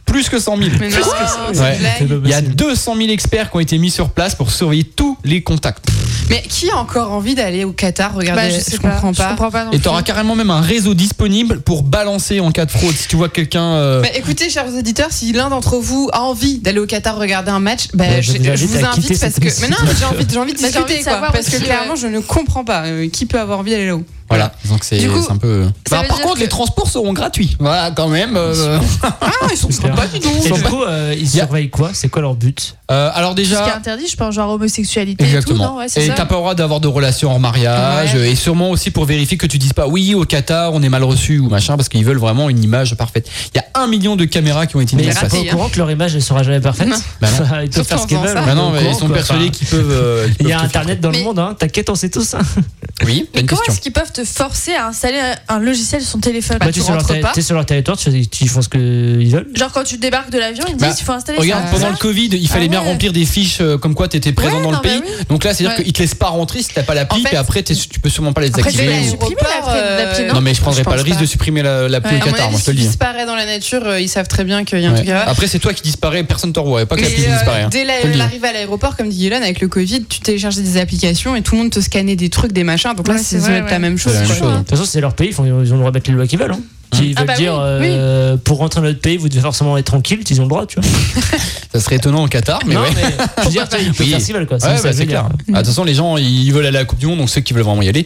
A: Plus que 100 000.
B: Mais non, Oh, c'est
A: Ouais.
B: une blague.
C: C'est pas
A: Il y a
C: possible.
A: 200 000 experts qui ont été mis sur place pour surveiller tous les contacts.
B: Mais qui a encore envie d'aller au Qatar regarder
D: Bah, je,
B: je,
D: sais pas.
B: comprends pas.
D: Je comprends pas non
A: Et
D: plus.
A: t'auras carrément même un réseau disponible pour balancer en cas de fraude. Si tu vois quelqu'un. euh,
B: Bah, écoutez, chers auditeurs, si l'un d'entre vous a envie d'aller au Qatar regarder un match, bah,
C: Bah, je
B: je,
C: vous invite
B: je vous
C: à quitter
B: invite parce
C: cette
B: que.
C: émission.
B: Mais non, mais j'ai envie, j'ai envie de
D: Bah, j'ai envie
B: discuter,
D: de
B: quoi.
D: savoir
B: Parce
D: où
B: que
D: est-ce que-
B: clairement, je ne comprends pas euh, qui peut avoir envie d'aller là-haut.
A: Voilà. Donc c'est
D: Du coup,
A: c'est un peu.
D: ça
A: Bah,
D: veut
A: par
D: dire
A: contre,
D: que-
A: les transports seront gratuits. Voilà, quand même. euh,
B: Ah, ils sont
C: Super.
B: sympas, dis
C: Et
B: donc.
C: du coup, euh, ils
A: Y a-
C: surveillent quoi C'est quoi leur but
A: euh, alors
D: Ce qui est
A: déjà.
D: interdit, je pense, genre homosexualité et tout, non
A: Exactement.
D: ouais, c'est
A: Et
D: ça.
A: t'as pas le droit d'avoir de relations en mariage.
B: Ouais.
A: Et sûrement aussi pour vérifier que tu dises pas oui, au Qatar, on est mal reçu ou machin, parce qu'ils veulent vraiment une image parfaite. Il y a un million de caméras qui ont été
C: Mais
A: mises
C: ils
A: en
C: sont
A: place.
C: pas au
B: raté, hein.
C: courant que leur image ne sera jamais parfaite.
B: Non.
A: Bah non.
C: Enfin, ils peuvent
B: Surtout
C: faire ce
B: en
C: qu'ils
B: faisant
C: veulent.
B: ça.
A: Bah
C: mais
A: non,
C: au
A: mais
C: courant,
A: ils sont
C: quoi.
A: persuadés
C: Enfin,
A: qu'ils peuvent. euh, ils
C: Il y a
A: peuvent tout faire.
C: Internet dans le
B: Mais-
C: monde, hein. t'inquiète, on sait tous. hein.
A: Oui, t'as
D: Mais
A: une
D: comment
A: question.
D: est-ce qu'ils peuvent te forcer à installer un- un logiciel sur ton téléphone
C: Bah, t'es sur, leur
B: rentres
C: terri-
B: pas.
C: t'es sur leur territoire, tu, tu font ce qu'ils veulent.
D: Genre quand tu débarques de l'avion, ils te
A: Bah,
D: disent il faut installer
A: Regarde,
D: ça.
A: pendant
D: ça.
A: le Covid, il fallait
D: Ah
A: bien
D: ouais.
A: remplir des fiches euh, comme quoi t'étais présent
D: Ouais,
A: dans le
D: non, bah
A: pays.
D: oui.
A: Donc là, c'est-à-dire
B: Ouais.
A: qu'ils te laissent pas rentrer si t'as pas l'appli,
B: En fait,
A: puis après, t'es- tu peux sûrement pas les
D: Après, tu
A: activer.
D: vas
A: ou-
D: les supprimer, la- la- l'appli,
A: Non, mais je prendrais pas le risque de supprimer la- l'appli
D: Ouais.
A: au
B: À mon
A: Qatar,
B: avis,
A: moi je te le
B: s'il
A: dis. hein.
B: disparaît dans la nature, euh, ils savent très bien qu'il y a un
A: Ouais. Ah,
B: truc à voir.
A: Après, c'est toi qui disparais, personne t'en revoit. Pas que
B: Mais,
A: l'appli
B: euh,
A: disparaît. hein.
B: dès la-
A: Je te le dis.
B: l'arrivée à l'aéroport, comme dit Elon, avec le Covid, tu téléchargeais des applications et tout le monde te scannait des trucs, des machins. Donc là,
D: Ouais,
B: c'est
D: c'est
B: ça
D: vrai,
B: doit être la
D: ouais.
B: même chose.
A: C'est la même
B: quoi.
A: chose.
C: De toute façon, c'est leur pays, ils, font- ils ont le droit de mettre les lois qu'ils veulent. Hein. S'ils
D: Ah
C: veulent
D: bah
C: dire
D: oui,
C: euh, pour rentrer dans notre pays, vous devez forcément être tranquille, ils ont le droit, tu vois.
A: Ça serait étonnant au Qatar, mais
C: non,
A: ouais.
C: mais je veux dire, tu vois, ils peuvent
A: Oui.
C: faire ce qu'ils veulent, quoi.
A: Ouais, bah, c'est
C: veut dire.
A: clair. Ah, De toute façon, les gens ils veulent aller à la Coupe du Monde, donc ceux qui veulent vraiment y aller,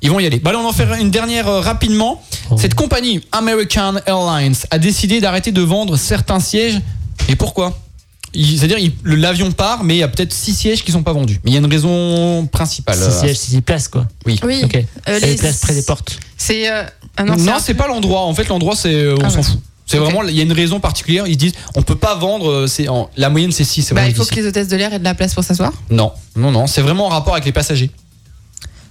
A: Ils vont y aller. Bah, allez, on en fait une dernière euh, rapidement.
C: Oh.
A: Cette compagnie, American Airlines, a décidé d'arrêter de vendre certains sièges. Et pourquoi Il- C'est-à-dire, il- le- l'avion part, mais il y a peut-être six sièges qui sont pas vendus. Mais il y a une raison principale.
C: Si
A: euh,
C: sièges, si c'est place quoi.
D: Oui.
C: Ok.
D: Euh,
C: les
D: les-
C: places près des portes.
B: C'est. euh, ah
A: Non,
B: non, c'est un-
A: c'est pas l'endroit. En fait, l'endroit, c'est euh, on
B: Ah
A: s'en
B: ouais.
A: fout. C'est
B: Ok.
A: vraiment, il y a une raison particulière. Ils disent, on peut pas vendre. euh, C'est en- la moyenne, c'est 6
B: Bah, il faut que les hôtesses de l'air aient de la place pour s'asseoir.
A: Non, non, non. C'est vraiment en rapport avec les passagers.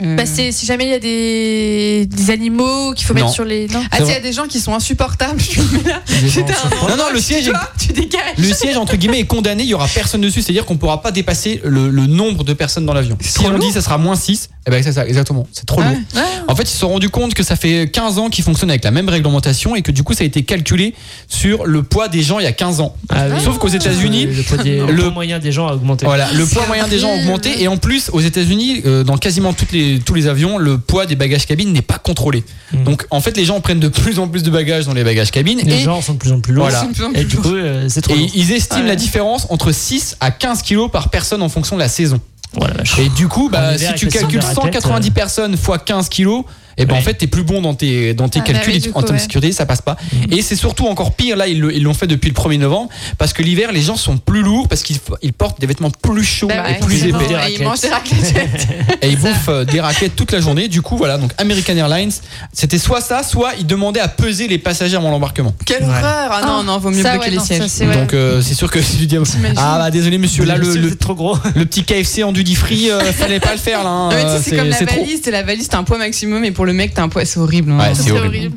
B: Euh,
D: Bah, c'est- si jamais il y a des, des animaux qu'il faut
A: Non.
D: mettre sur les. Non.
B: Ah, tu sais, il y a des gens qui sont insupportables. Je me mets là, j'étais
C: euh,
B: à un endroit,
A: non, le siège
B: tu
A: est-
B: vois, tu dégages.
A: Le siège entre guillemets est condamné. Il y aura personne dessus. C'est-à-dire qu'on pourra pas dépasser le, le nombre de personnes dans l'avion. Si
B: trop
A: on dit
B: lourd. Ah
A: ça sera moins 6 eh ben c'est ça, exactement. C'est trop
B: Ouais.
A: lourd. En fait, ils se sont rendus compte que ça fait 15 ans qu'ils fonctionnent avec la même réglementation et que du coup, ça a été calculé sur le poids des gens il y a 15 ans.
C: Ah oui.
A: Sauf qu'aux États-Unis,
C: le, poids des-
A: Non.
C: le
A: Le-
C: poids moyen des gens a augmenté.
A: Voilà, le poids moyen des gens a
D: horrible.
A: augmenté et en plus aux États-Unis, euh, dans quasiment toutes les, tous les avions, le poids des bagages cabines n'est pas contrôlé.
C: Mm.
A: Donc en fait, les gens prennent de plus en plus de bagages dans les bagages cabines
C: Les
A: et,
C: gens sont de plus en plus lourds.
A: Voilà.
B: C'est de plus en
C: Et
B: plus
C: du
B: lourd.
C: coup, euh, c'est trop
A: et
C: lourd.
A: ils estiment
B: Ouais.
A: la différence entre 6 à 15 kilos par personne en fonction de la saison.
C: Voilà, vache.
A: Et du coup, bah,
C: En hiver,
A: si
C: avec
A: tu
C: le sac
A: calcules
C: de raclette,
A: 190
C: euh,
A: personnes fois 15 kilos, et ben
C: Ouais.
A: en fait, t'es plus bon dans tes, dans tes
D: Ah bah
A: calculs
D: oui,
A: et
D: du
A: tu-
D: coup,
A: en termes de
D: ouais.
A: sécurité, ça passe pas. Et c'est surtout encore pire, là, ils le- ils l'ont fait depuis le 1er novembre, parce que l'hiver, les gens sont plus lourds parce qu'ils ils portent des vêtements plus chauds
B: Bah ouais,
A: et plus
B: c'est
A: épais.
B: bon.
C: Des
B: Et ils mangent des raclettes.
A: et ils bouffent euh, des raquettes toute la journée. Du coup, voilà, donc American Airlines, c'était soit ça, soit ils demandaient à peser les passagers avant l'embarquement.
B: Quelle
C: Ouais.
B: horreur Ah non, non, vaut mieux
D: Ça,
B: bloquer
D: ouais,
B: les
D: non,
B: sièges.
D: ça, c'est- ouais.
A: Donc euh, c'est sûr que si tu dis ah bah désolé monsieur, là le,
C: Monsieur,
A: le,
C: vous êtes trop gros.
A: le petit KFC en duty free, euh, fallait pas le faire là. hein.
B: Non, mais tu sais, c'est comme la
A: c'est trop.
B: valise, c'est la valise, t'as un poids maximum et pour le mec, t'as un poids, c'est horrible. hein.
A: Ouais,
D: Ça,
A: c'est horrible.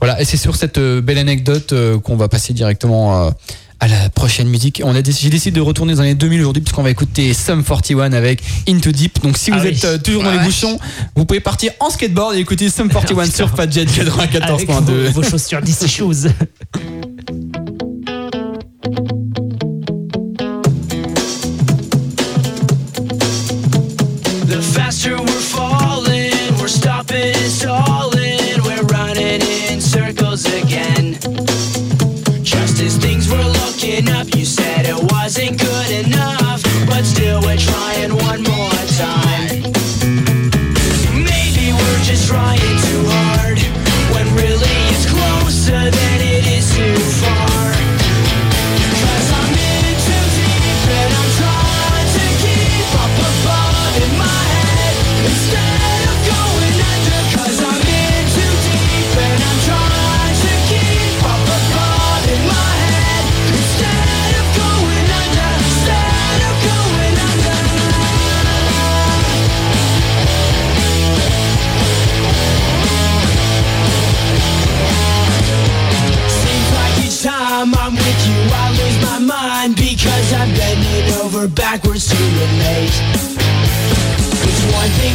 A: Voilà, et c'est sur cette euh, belle anecdote euh, qu'on va passer directement. euh, à la prochaine musique. On a décidé, j'ai décidé de retourner dans les 2000 aujourd'hui puisqu'on va écouter Sum 41 avec Into Deep. Donc si vous
C: Ah oui.
A: êtes euh, toujours dans
B: Ah
A: les
B: ouais.
A: bouchons, vous pouvez partir en skateboard et écouter Sum 41
C: putain.
A: sur Fadjet
C: Avec
A: 94.2.
C: vos, vos chaussures d'ici choses.
G: The faster we're falling, we're stopping, stalling, we're running in circles again. Just as things were looking up, you said it wasn't good enough, but still we're trying one more time. Maybe we're just trying too hard, when really it's closer than it is too far. Cause I'm in too deep and I'm trying to keep up above in my head Instead of going under Cause I'm in too deep and I'm trying to keep up above in my head Instead of going under Instead of going under Seems like each time I'm with you, I lose my mind because I'm bending over backwards to relate. It's one thing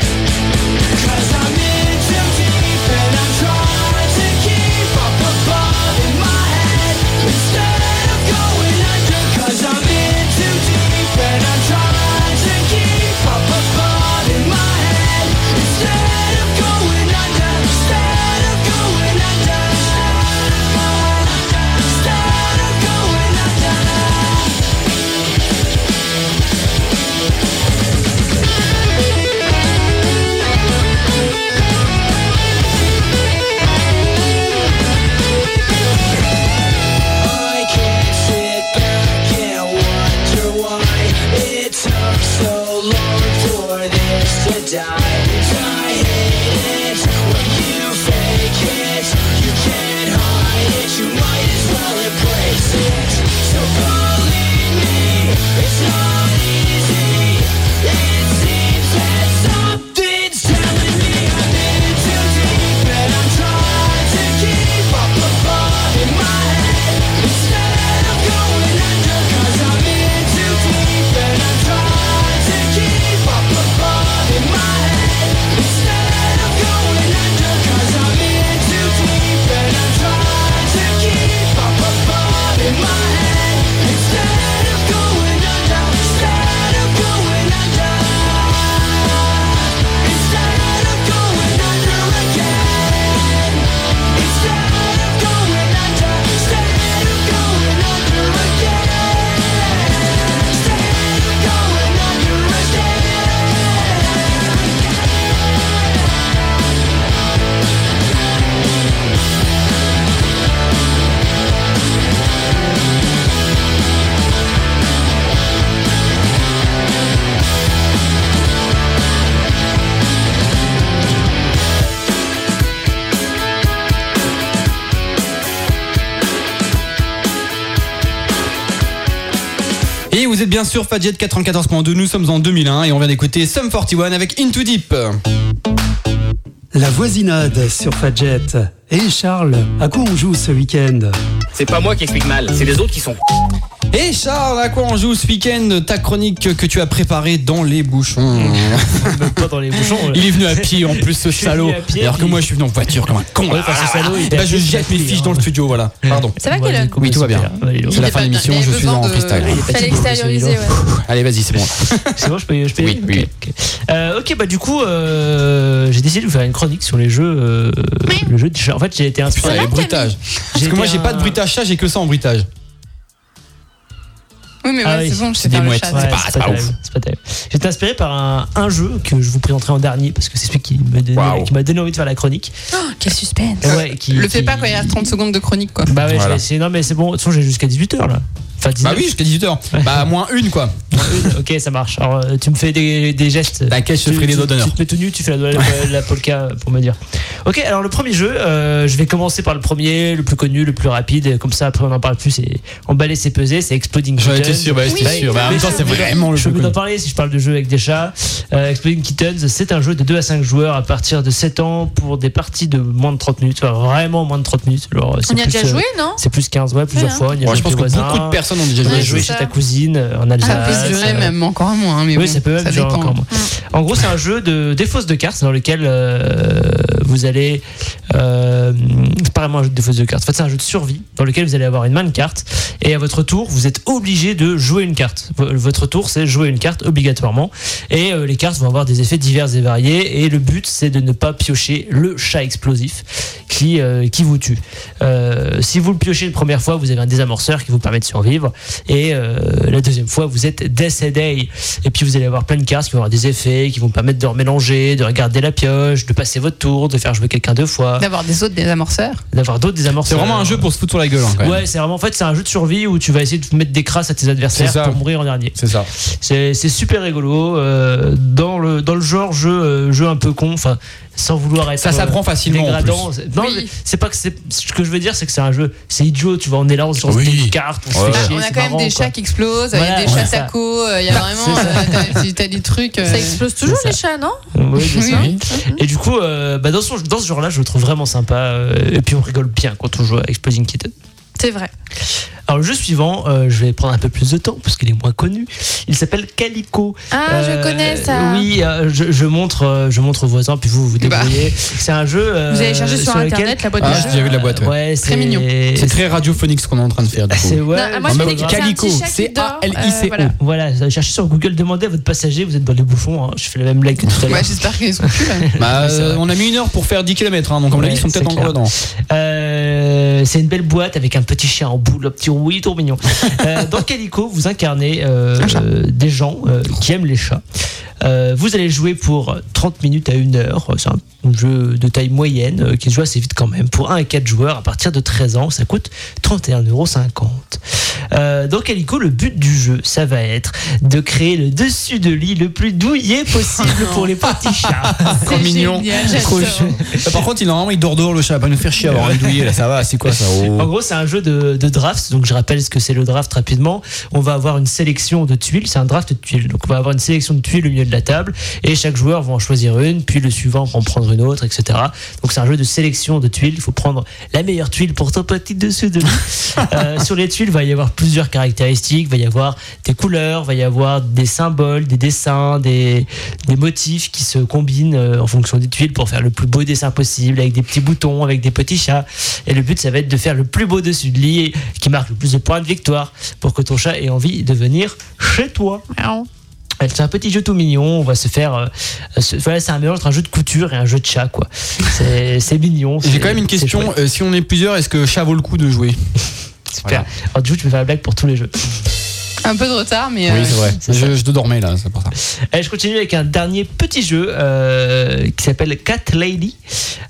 G: Cause I'm in too deep and I'm trying to keep up above in my head Instead of going under Cause I'm in too deep and I'm trying to keep up above in my head Instead of going under Instead of going under Instead of going under
A: Vous êtes bien sûr Fadjet 94.2, nous sommes en 2001 et on vient d'écouter Sum 41 avec Into Deep.
E: La voisinade sur Fadjet. Et Charles, à quoi on joue ce week-end
H: C'est pas moi qui explique mal, c'est les autres qui sont.
A: Et Charles, à quoi on joue ce week-end Ta chronique que tu as préparée dans les bouchons.
C: Même pas dans les bouchons.
A: Il est venu à pied en plus ce
C: Je suis venu
A: salaud.
C: à pied,
A: Alors que
C: puis-
A: moi je suis venu en voiture comme un con.
C: Ouais, enfin, ce salaud, il était
A: Eh ben,
C: à
A: je
C: pied,
A: jette
C: il
A: mes
C: a
A: fiches
C: pris,
A: dans le
C: hein.
A: studio, voilà. Pardon.
D: Ça va, Kélen
A: Oui, tout va bien.
C: Allez,
A: C'est la fin
B: Il est
A: de
B: pas
A: l'émission,
B: bien, il
A: je
B: a
A: suis
B: besoin
A: en
B: de-
A: freestyle.
B: il est
D: Fallait
B: fatigué.
D: extérioriser, ouais.
A: Allez, vas-y, c'est bon.
C: C'est bon, hein. je peux, je peux y
H: Oui,
C: aller
H: oui.
C: Ok, ok. Euh, ok, bah du coup, euh, j'ai décidé de vous faire une chronique sur les jeux. euh, le jeu de- En fait, j'ai été inspiré.
A: Putain, les
D: va,
A: bruitages. Parce
C: J'ai
A: que moi
C: été
A: j'ai pas
C: un-
A: de bruitage chat, j'ai que ça en bruitage.
B: Oui, mais
C: Ah
B: ouais,
C: oui,
B: c'est bon, je
A: c'est
B: sais
A: des
B: faire le
A: mouettes.
B: chat.
C: Ouais,
A: pas- c'est pas
C: terrible, c'est pas terrible. J'étais inspiré par un, un jeu que je vous présenterai en dernier parce que c'est celui qui m'a donné,
H: Waouh.
C: qui m'a donné envie de faire la chronique.
B: Oh,
D: Quel suspense.
C: Et ouais, qui-
B: Le fais
C: qui-
B: pas quand il reste 30 secondes de chronique, quoi.
C: Bah ouais,
A: Voilà.
C: je vais essayer. Non, mais c'est bon. De toute façon, j'ai jusqu'à 18h là. Enfin, 19.
A: Bah oui, jusqu'à 18h. Bah moins une quoi.
C: Ok, ça marche. Alors, euh, tu me fais des, des gestes.
A: T'inquiète, Bah, je te
C: Tu-
A: ferai des
C: tu-
A: doigts d'honneur.
C: Tu te mets tout nu, tu fais la, la- la polka pour me dire. Ok, alors le premier jeu, euh, je vais commencer par le premier, le plus connu, le plus rapide. Comme ça, après, on en parle plus. C'est emballer, c'est peser, c'est Exploding
A: J'en
C: Kittens.
A: étais sûr, bah j'étais
D: Oui,
A: sûr. Bah en
D: mais
A: même temps,
D: je-
A: c'est vraiment le
C: Je suis
A: jeu.
C: obligé d'en
A: connu.
C: parler si je parle de jeu avec des chats. Euh, Exploding Kittens, c'est un jeu de 2 à 5 joueurs à partir de 7 ans pour des parties de moins de 30 minutes. Enfin, vraiment moins de 30 minutes. Alors, c'est
D: On y a
C: plus,
D: déjà
C: euh,
D: joué, non
C: C'est plus 15, ouais, plusieurs
D: Ouais, hein.
C: fois. On y a
A: Ouais,
C: joué
A: Je pense
C: avec
A: que
C: les voisins.
A: beaucoup de personnes ont déjà
C: On
A: joué.
C: y a
D: Ouais,
A: ce
C: joué
A: jeu.
D: c'est
C: chez
D: ça.
C: ta cousine euh,
D: Ah,
C: en
B: Ça
C: Alsace.
B: peut durer
C: euh,
B: même encore moins, hein, mais
C: oui,
B: bon,
C: ça peut même durer
B: dépend.
C: encore moins. En gros, c'est un jeu de des fausses de cartes dans lequel euh, vous allez. euh, c'est pas vraiment un jeu de fausses de cartes. En fait, c'est un jeu de survie dans lequel vous allez avoir une main de cartes et à votre tour, vous êtes obligé de jouer une carte. V- Votre tour, c'est jouer une carte obligatoirement et euh, les cartes vont avoir des effets divers et variés. Et le but, c'est de ne pas piocher le chat explosif qui, euh, qui vous tue. Euh, si vous le piochez une première fois, vous avez un désamorceur qui vous permet de survivre et euh, la deuxième fois, vous êtes décédé. Et puis vous allez avoir plein de cartes qui vont avoir des effets, qui vont permettre de remélanger, de regarder la pioche, de passer votre tour, de faire jouer quelqu'un deux fois,
B: D'avoir des autres désamorceurs.
C: d'avoir d'autres
A: C'est
C: désamorceurs.
A: vraiment un jeu pour se foutre sur la gueule. hein, quand même.
C: Ouais, c'est vraiment en fait c'est un jeu de survie où tu vas essayer de mettre des crasses à tes adversaires
A: C'est ça.
C: pour mourir en dernier.
A: C'est ça.
C: C'est c'est super rigolo euh, dans le dans le genre jeu euh, jeu un peu con, enfin sans vouloir être
A: Ça
C: euh,
A: s'apprend facilement. en plus.
C: dégradant. C'est- Non,
B: Oui.
C: mais c'est pas que c'est ce que je veux dire, c'est que c'est un jeu, c'est idiot. Tu vois, on est là, on se lance
A: Oui.
C: des cartes, on se
H: Ouais.
C: fait
B: Bah,
C: chier,
B: on a
C: c'est
B: quand même
C: marrant,
B: des
C: quoi.
B: chats qui explosent, il y a
C: Voilà,
B: des chats
C: c'est ça.
B: tacos, euh, il y a vraiment.
C: c'est
B: euh, T'as t'as des trucs. euh,
D: Ça explose toujours
C: ça.
D: les chats, non
C: Oui, c'est ça.
B: Oui.
C: Et du coup, euh, bah, dans, son- dans ce genre-là, je le trouve vraiment sympa. euh, et puis on rigole bien quand on joue à Exploding Kitten.
D: C'est vrai.
C: Alors le jeu suivant, euh, je vais prendre un peu plus de temps parce qu'il est moins connu. Il s'appelle Calico.
D: Ah,
C: Euh,
D: je connais ça.
C: Oui, euh, je, je montre, euh, je montre aux voisins, puis vous vous
B: Bah.
C: débrouillez. C'est un jeu. euh,
D: Vous allez chercher sur,
C: lequel-
D: internet la boîte
A: Ah,
D: de
A: je
D: jeu.
A: dis- J'ai vu la boîte, ouais.
C: Ouais, c'est
B: Très mignon.
A: C'est très radiophonique ce qu'on est en train de faire. du coup.
C: C'est ouais.
D: Non, ah, moi,
A: En
D: je
A: mode
D: connais que c'est un
A: Calico,
D: petit chat qui
A: C-A-L-I-C-O.
D: dort, euh, voilà.
C: Voilà, ça- cherchez sur Google, demandez à votre passager, vous êtes dans les bouffons. hein. Je fais la même blague que tout à l'heure.
B: Ouais, J'espère qu'ils sont plus là.
A: Bah,
C: Ouais, c'est
A: euh,
C: vrai.
A: on a mis une heure pour faire 10 km, donc à mon
C: Ouais,
A: avis, ils sont
C: c'est
A: peut-être encore
C: clair.
A: dedans.
C: Euh, c'est une belle boîte avec un petit chien en boule, un petit oui, trop mignon. Euh, dans Calico, vous incarnez euh, euh, des gens euh, qui aiment les chats. Euh, vous allez jouer pour 30 minutes à 1 heure. C'est un jeu de taille moyenne euh, qui se joue assez vite quand même. Pour 1 et 4 joueurs à partir de 13 ans, ça coûte 31,50€. Euh, dans Calico, le but du jeu, ça va être de créer le dessus de lit le plus douillet possible pour les petits chats.
B: C'est mignon.
C: Trop chou-
A: Euh, Par contre, il, normalement, il dort dehors le chat, pas nous faire chier, avoir un douillet là, ça va, c'est quoi ça oh.
C: En gros, c'est un jeu de, de draft. Donc, je rappelle ce que c'est le draft rapidement. On va avoir une sélection de tuiles. C'est un draft de tuiles. Donc, on va avoir une sélection de tuiles au milieu de la table. Et chaque joueur va en choisir une. Puis le suivant va en prendre une autre, etc. Donc, c'est un jeu de sélection de tuiles. Il faut prendre la meilleure tuile pour ton petit dessus de lit. Euh, sur les tuiles, il va y avoir plusieurs caractéristiques. Il va y avoir des couleurs, il va y avoir des symboles, des dessins, des, des motifs qui se combinent euh, en fonction des tuiles pour faire le plus beau dessin possible, avec des petits boutons, avec des petits chats. Et le but, ça va être de faire le plus beau dessus de lit qui marque le plus de points de victoire pour que ton chat ait envie de venir chez toi.
D: Miaou.
C: Ouais, C'est un petit jeu tout mignon, on va se faire. euh, se- voilà, c'est un mélange entre un jeu de couture et un jeu de chat, quoi. C'est c'est mignon.
A: J'ai
C: c'est-
A: quand même une
C: c'est
A: question,
C: chouette,
A: euh, si on est plusieurs, est-ce que chat vaut le coup de jouer
C: super. Alors, du coup, tu peux faire la blague pour tous les jeux.
B: Un peu de retard, mais. euh,
A: Oui, c'est vrai.
C: c'est
A: Je, je dormais là, c'est pour ça.
C: Allez, je continue avec un dernier petit jeu euh, qui s'appelle Cat Lady.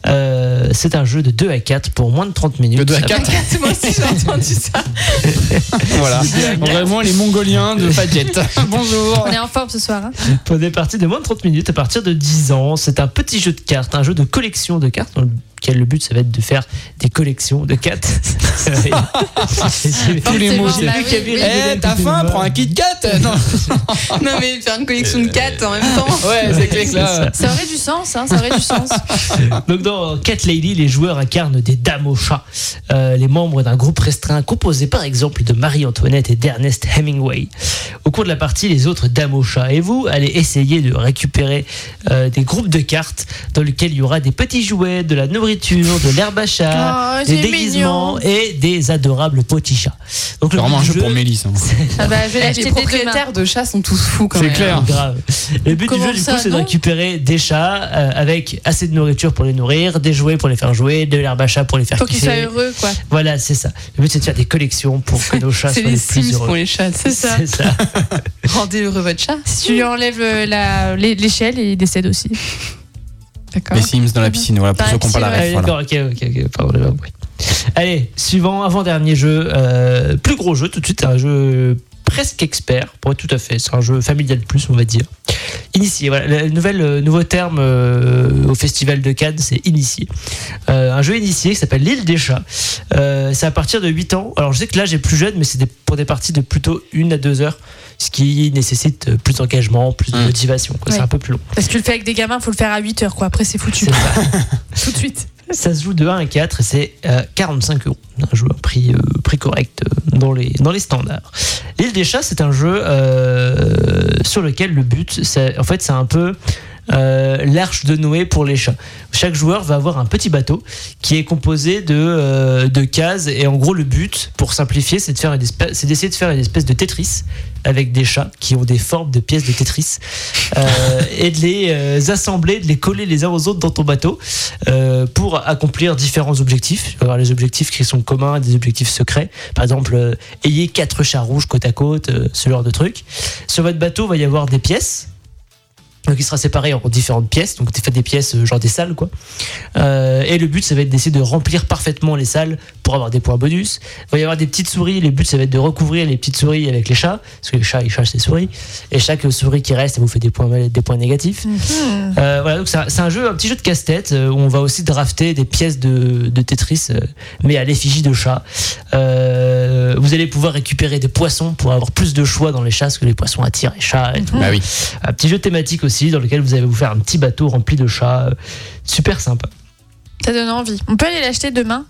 C: Euh, c'est un jeu de 2 à 4 pour moins de 30 minutes.
A: De 2 à 4
B: Regarde, moi aussi j'ai entendu ça.
A: Voilà. Vraiment les Mongoliens de Fadjet. Bonjour.
D: On est en forme ce soir. hein.
C: Pour des parties de moins de 30 minutes à partir de 10 ans. C'est un petit jeu de cartes, un jeu de collection de cartes dans lequel le but ça va être de faire des collections de cartes.
A: Tous les mots,
D: Forcément,
A: c'est-
D: bah
C: Plus
D: oui,
C: qu'à
D: oui.
A: Eh,
C: virer.
A: t'as faim, prends un Kit Kat Non,
B: Non, mais faire une collection
A: Euh,
B: de 4 en même temps.
A: ouais, c'est clair que là.
D: Ça aurait du sens, hein, ça aurait du sens.
C: Donc dans Cat Lady, les joueurs incarnent des dames aux chats, euh, les membres d'un groupe restreint composé par exemple de Marie-Antoinette et d'Ernest Hemingway. Au cours de la partie, les autres dames aux chats et vous allez essayer de récupérer euh, des groupes de cartes dans lesquels il y aura des petits jouets, de la nourriture, de l'herbe à chat,
D: Oh,
C: des
D: c'est
C: déguisements
D: mignon.
C: et des adorables petits chats. Donc
A: C'est
C: le
A: vraiment un
C: but
A: jeu
C: du
A: pour
C: jeu-
A: Mélisse. hein.
D: Ah bah, je vais
B: Les
D: l'acheter dès demain.
B: propriétaires de chats sont tous fous quand
A: C'est
B: même.
A: clair.
C: Grave. Le but
D: Comment
C: du jeu, du
D: ça,
C: coup, c'est de
D: non
C: récupérer des chats euh, avec assez de nourriture pour les nourrir, des jouets pour les faire jouer, de l'herbe à chat pour les faire
D: Faut qu'ils soient
C: kiffer.
D: heureux, quoi.
C: Voilà, c'est ça. Le but, c'est de faire des collections pour que nos chats
B: C'est
C: soient les,
B: les
C: plus
B: Sims pour
C: heureux.
B: les chats.
D: C'est ça.
C: C'est ça.
B: Rendez heureux votre chat.
D: Si tu lui enlèves euh, la- l'é- l'échelle, il décède aussi.
B: D'accord.
A: Les Sims dans la piscine, voilà, pour
D: Dans
A: ceux
D: la
A: qui n'ont pas la
D: piscine,
A: ref.
C: Allez,
A: voilà.
C: D'accord, ok, ok, ok. Pardon, j'ai pas compris. Allez, suivant, avant-dernier jeu. euh, plus gros jeu, tout de suite, c'est un jeu presque expert, pour être tout à fait. C'est un jeu familial plus, on va dire. Initié, voilà. Le nouvel, euh, nouveau terme euh, au festival de Cannes, c'est initié. Euh, un jeu initié qui s'appelle L'île des chats. Euh, c'est à partir de 8 ans. Alors, je sais que là, j'ai plus jeune, mais c'est des- pour des parties de plutôt 1 à 2 heures, ce qui nécessite euh, plus d'engagement, plus de
A: Mm.
C: motivation. quoi. C'est
D: Ouais.
C: un peu plus long.
D: Parce que tu le fais avec des gamins, faut le faire à 8 heures, quoi. Après, c'est foutu.
C: C'est ça.
D: Tout de suite.
C: Ça se joue de 1 à 4 et c'est euh, 45 euros. Un jeu à prix, euh, prix correct euh, dans les, dans les standards. L'île des chats, c'est un jeu euh, sur lequel le but, c'est, en fait, c'est un peu euh, l'arche de Noé pour les chats. Chaque joueur va avoir un petit bateau qui est composé de, euh, de cases et en gros, le but, pour simplifier, c'est, de faire une espèce, c'est d'essayer de faire une espèce de Tetris avec des chats qui ont des formes de pièces de Tetris euh, et de les euh, assembler, de les coller les uns aux autres dans ton bateau euh, pour accomplir différents objectifs. Il va y avoir les objectifs qui sont communs, des objectifs secrets. Par exemple, euh, ayez quatre chats rouges côte à côte, euh, ce genre de truc. Sur votre bateau, il va y avoir des pièces. Donc, il sera séparé en différentes pièces. Donc, faites des pièces, euh, genre des salles, quoi. Euh, et le but, ça va être d'essayer de remplir parfaitement les salles pour avoir des points bonus. Il va y avoir des petites souris. Le but, ça va être de recouvrir les petites souris avec les chats. Parce que les chats, ils chassent les souris. Et chaque euh, souris qui reste, elle vous fait des points, des points négatifs. Euh, voilà, donc c'est un, c'est un jeu, un petit jeu de casse-tête euh, où on va aussi drafter des pièces de, de Tetris, euh, mais à l'effigie de chat. Euh, vous allez pouvoir récupérer des poissons pour avoir plus de choix dans les chats, parce que les poissons attirent les chats. Et tout.
A: Bah oui.
C: Un petit jeu thématique aussi, dans lequel vous allez vous faire un petit bateau rempli de chats. euh, Super sympa.
D: Ça donne envie. On peut aller l'acheter demain.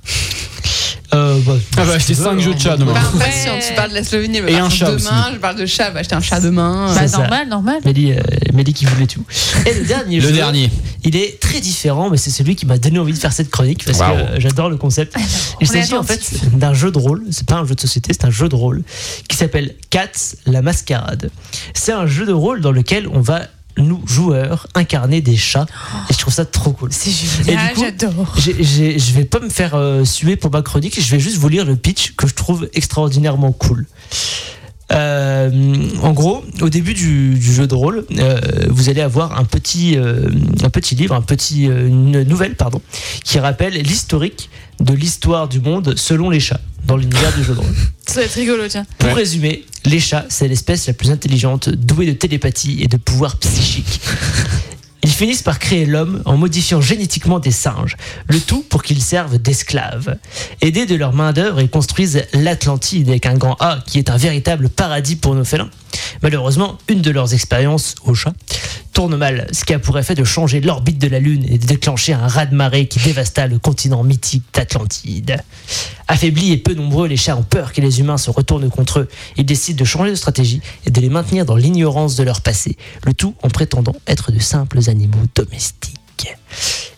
C: Euh, bah,
A: Ah, bah, acheter
C: si tu veux,
A: 5 jeux de chat demain.
B: Bah,
D: Ouais.
B: impatient, tu parles de la Slovénie, mais
A: Et
B: par
A: un
B: contre,
A: chat
B: demain, je parle de chat, bah, acheter un chat demain.
D: Bah,
C: C'est ça.
D: normal, normal.
C: Mélie, euh, Mélie qui voulait tout. Et le dernier
A: Le
C: jeu,
A: dernier.
C: il est très différent, mais c'est celui qui m'a donné envie de faire cette chronique parce
A: Waouh.
C: que euh, j'adore le concept. Il
D: On est
C: s'agit en fait
D: attentif.
C: d'un jeu de rôle, c'est pas un jeu de société, c'est un jeu de rôle qui s'appelle Cats la mascarade. C'est un jeu de rôle dans lequel on va, nous joueurs, incarner des chats et je trouve ça trop cool.
D: C'est génial.
C: Et du coup-
D: Ah, j'adore.
C: J'ai- j'ai- Je vais pas me faire euh, suer pour ma chronique, je vais juste vous lire le pitch que je trouve extraordinairement cool. Euh, en gros, au début du, du jeu de rôle, euh, vous allez avoir un petit, euh, un petit livre, un petit, euh, une nouvelle, pardon, qui rappelle l'historique de l'histoire du monde selon les chats dans l'univers du jeu de rôle.
D: Ça va être rigolo, tiens.
C: Pour
A: Ouais.
C: résumer, les chats, c'est l'espèce la plus intelligente, douée de télépathie et de pouvoirs psychiques. Ils finissent par créer l'homme en modifiant génétiquement des singes, le tout pour qu'ils servent d'esclaves. Aidés de leur main-d'œuvre, ils construisent l'Atlantide avec un grand A qui est un véritable paradis pour nos félins. Malheureusement, une de leurs expériences aux chats tourne mal, ce qui a pour effet de changer l'orbite de la Lune et de déclencher un raz-de-marée qui dévasta le continent mythique d'Atlantide. Affaiblis et peu nombreux, les chats ont peur que les humains se retournent contre eux. Ils décident de changer de stratégie et de les maintenir dans l'ignorance de leur passé, le tout en prétendant être de simples animaux domestiques.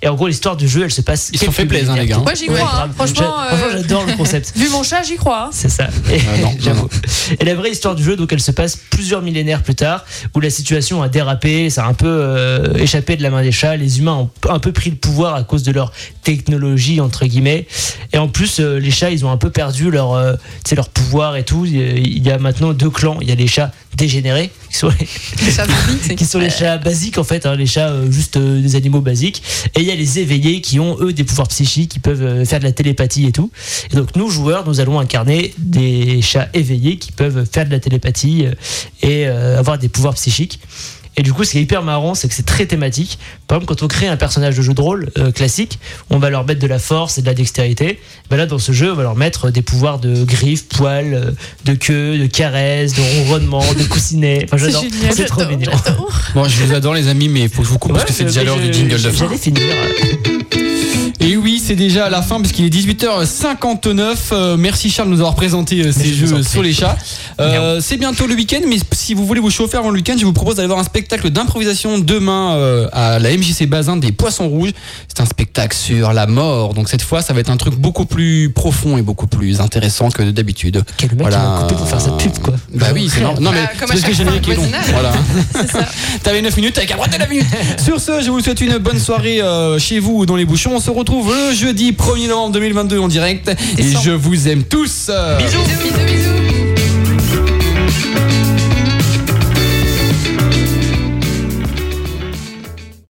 C: Et en gros, l'histoire du jeu, elle se passe.
A: Ils se sont
C: quelques
A: fait plaisir, hein, les gars.
C: minutes.
D: Moi, j'y
C: Ouais,
D: crois, hein.
C: grave.
D: Franchement,
C: J'a- franchement,
D: euh,
C: j'adore le concept.
D: Vu mon chat, j'y crois. hein.
C: C'est ça. Et,
A: Ah non, non,
C: j'avoue.
A: non.
C: Et la vraie histoire du jeu, donc, elle se passe plusieurs millénaires plus tard, où la situation a dérapé, ça a un peu euh, échappé de la main des chats. Les humains ont p- un peu pris le pouvoir à cause de leur technologie entre guillemets. Et en plus, euh, les chats, ils ont un peu perdu leur, euh, tu sais, leur pouvoir et tout. Il y a- il y a maintenant deux clans. Il y a les chats dégénérés qui sont les,
B: Le chat vomit, c'est-
C: qui sont
D: Euh.
C: les chats basiques en fait, hein, les chats euh, juste euh, des animaux basiques. Et il y a les éveillés qui ont eux des pouvoirs psychiques, qui peuvent euh, faire de la télépathie et tout. Et donc nous joueurs, nous allons incarner des chats éveillés qui peuvent faire de la télépathie euh, et euh, avoir des pouvoirs psychiques. Et du coup, ce qui est hyper marrant, c'est que c'est très thématique. Par exemple, quand on crée un personnage de jeu de rôle euh, classique, on va leur mettre de la force et de la dextérité. Ben là, dans ce jeu, on va leur mettre des pouvoirs de griffes, poils, euh, de queue, de caresses, de ronronnement, de coussinet. Enfin, j'adore.
D: génial,
C: C'est trop
D: j'adore,
C: mignon.
D: j'adore.
A: Bon, je vous adore les amis, mais faut que je vous coupe parce que c'est
C: Ouais,
A: déjà
C: mais
A: l'heure
C: je-
A: du jingle de fin.
C: J'allais finir.
A: Et oui, c'est déjà la fin puisqu'il est 18h59. Euh, merci Charles de nous avoir présenté euh, ces
C: je vous en
A: jeux
C: prie.
A: sur les chats. Euh, c'est bientôt le week-end, mais si vous voulez vous chauffer avant le week-end, je vous propose d'aller voir un spectacle d'improvisation demain euh, à la MJC Bazin des Poissons Rouges. C'est un spectacle sur la mort, donc cette fois ça va être un truc beaucoup plus profond et beaucoup plus intéressant que d'habitude.
C: Quel mec
A: Voilà.
C: il m'a coupé pour faire sa pub, quoi.
A: Bah oui, c'est normal. Non, mais
B: Bah,
A: c'est
B: comme à
A: parce que le
B: chaque fois,
A: générique est long.
B: voisinage.
A: Voilà. T'avais 9 minutes, t'avais qu'à broter la minute. Sur ce, je vous souhaite une bonne soirée euh, chez vous ou dans les bouchons. On se retrouve le jeudi 1er novembre 2022 en direct. Et je vous aime tous. Euh,
B: Bisous, bisous, bisous.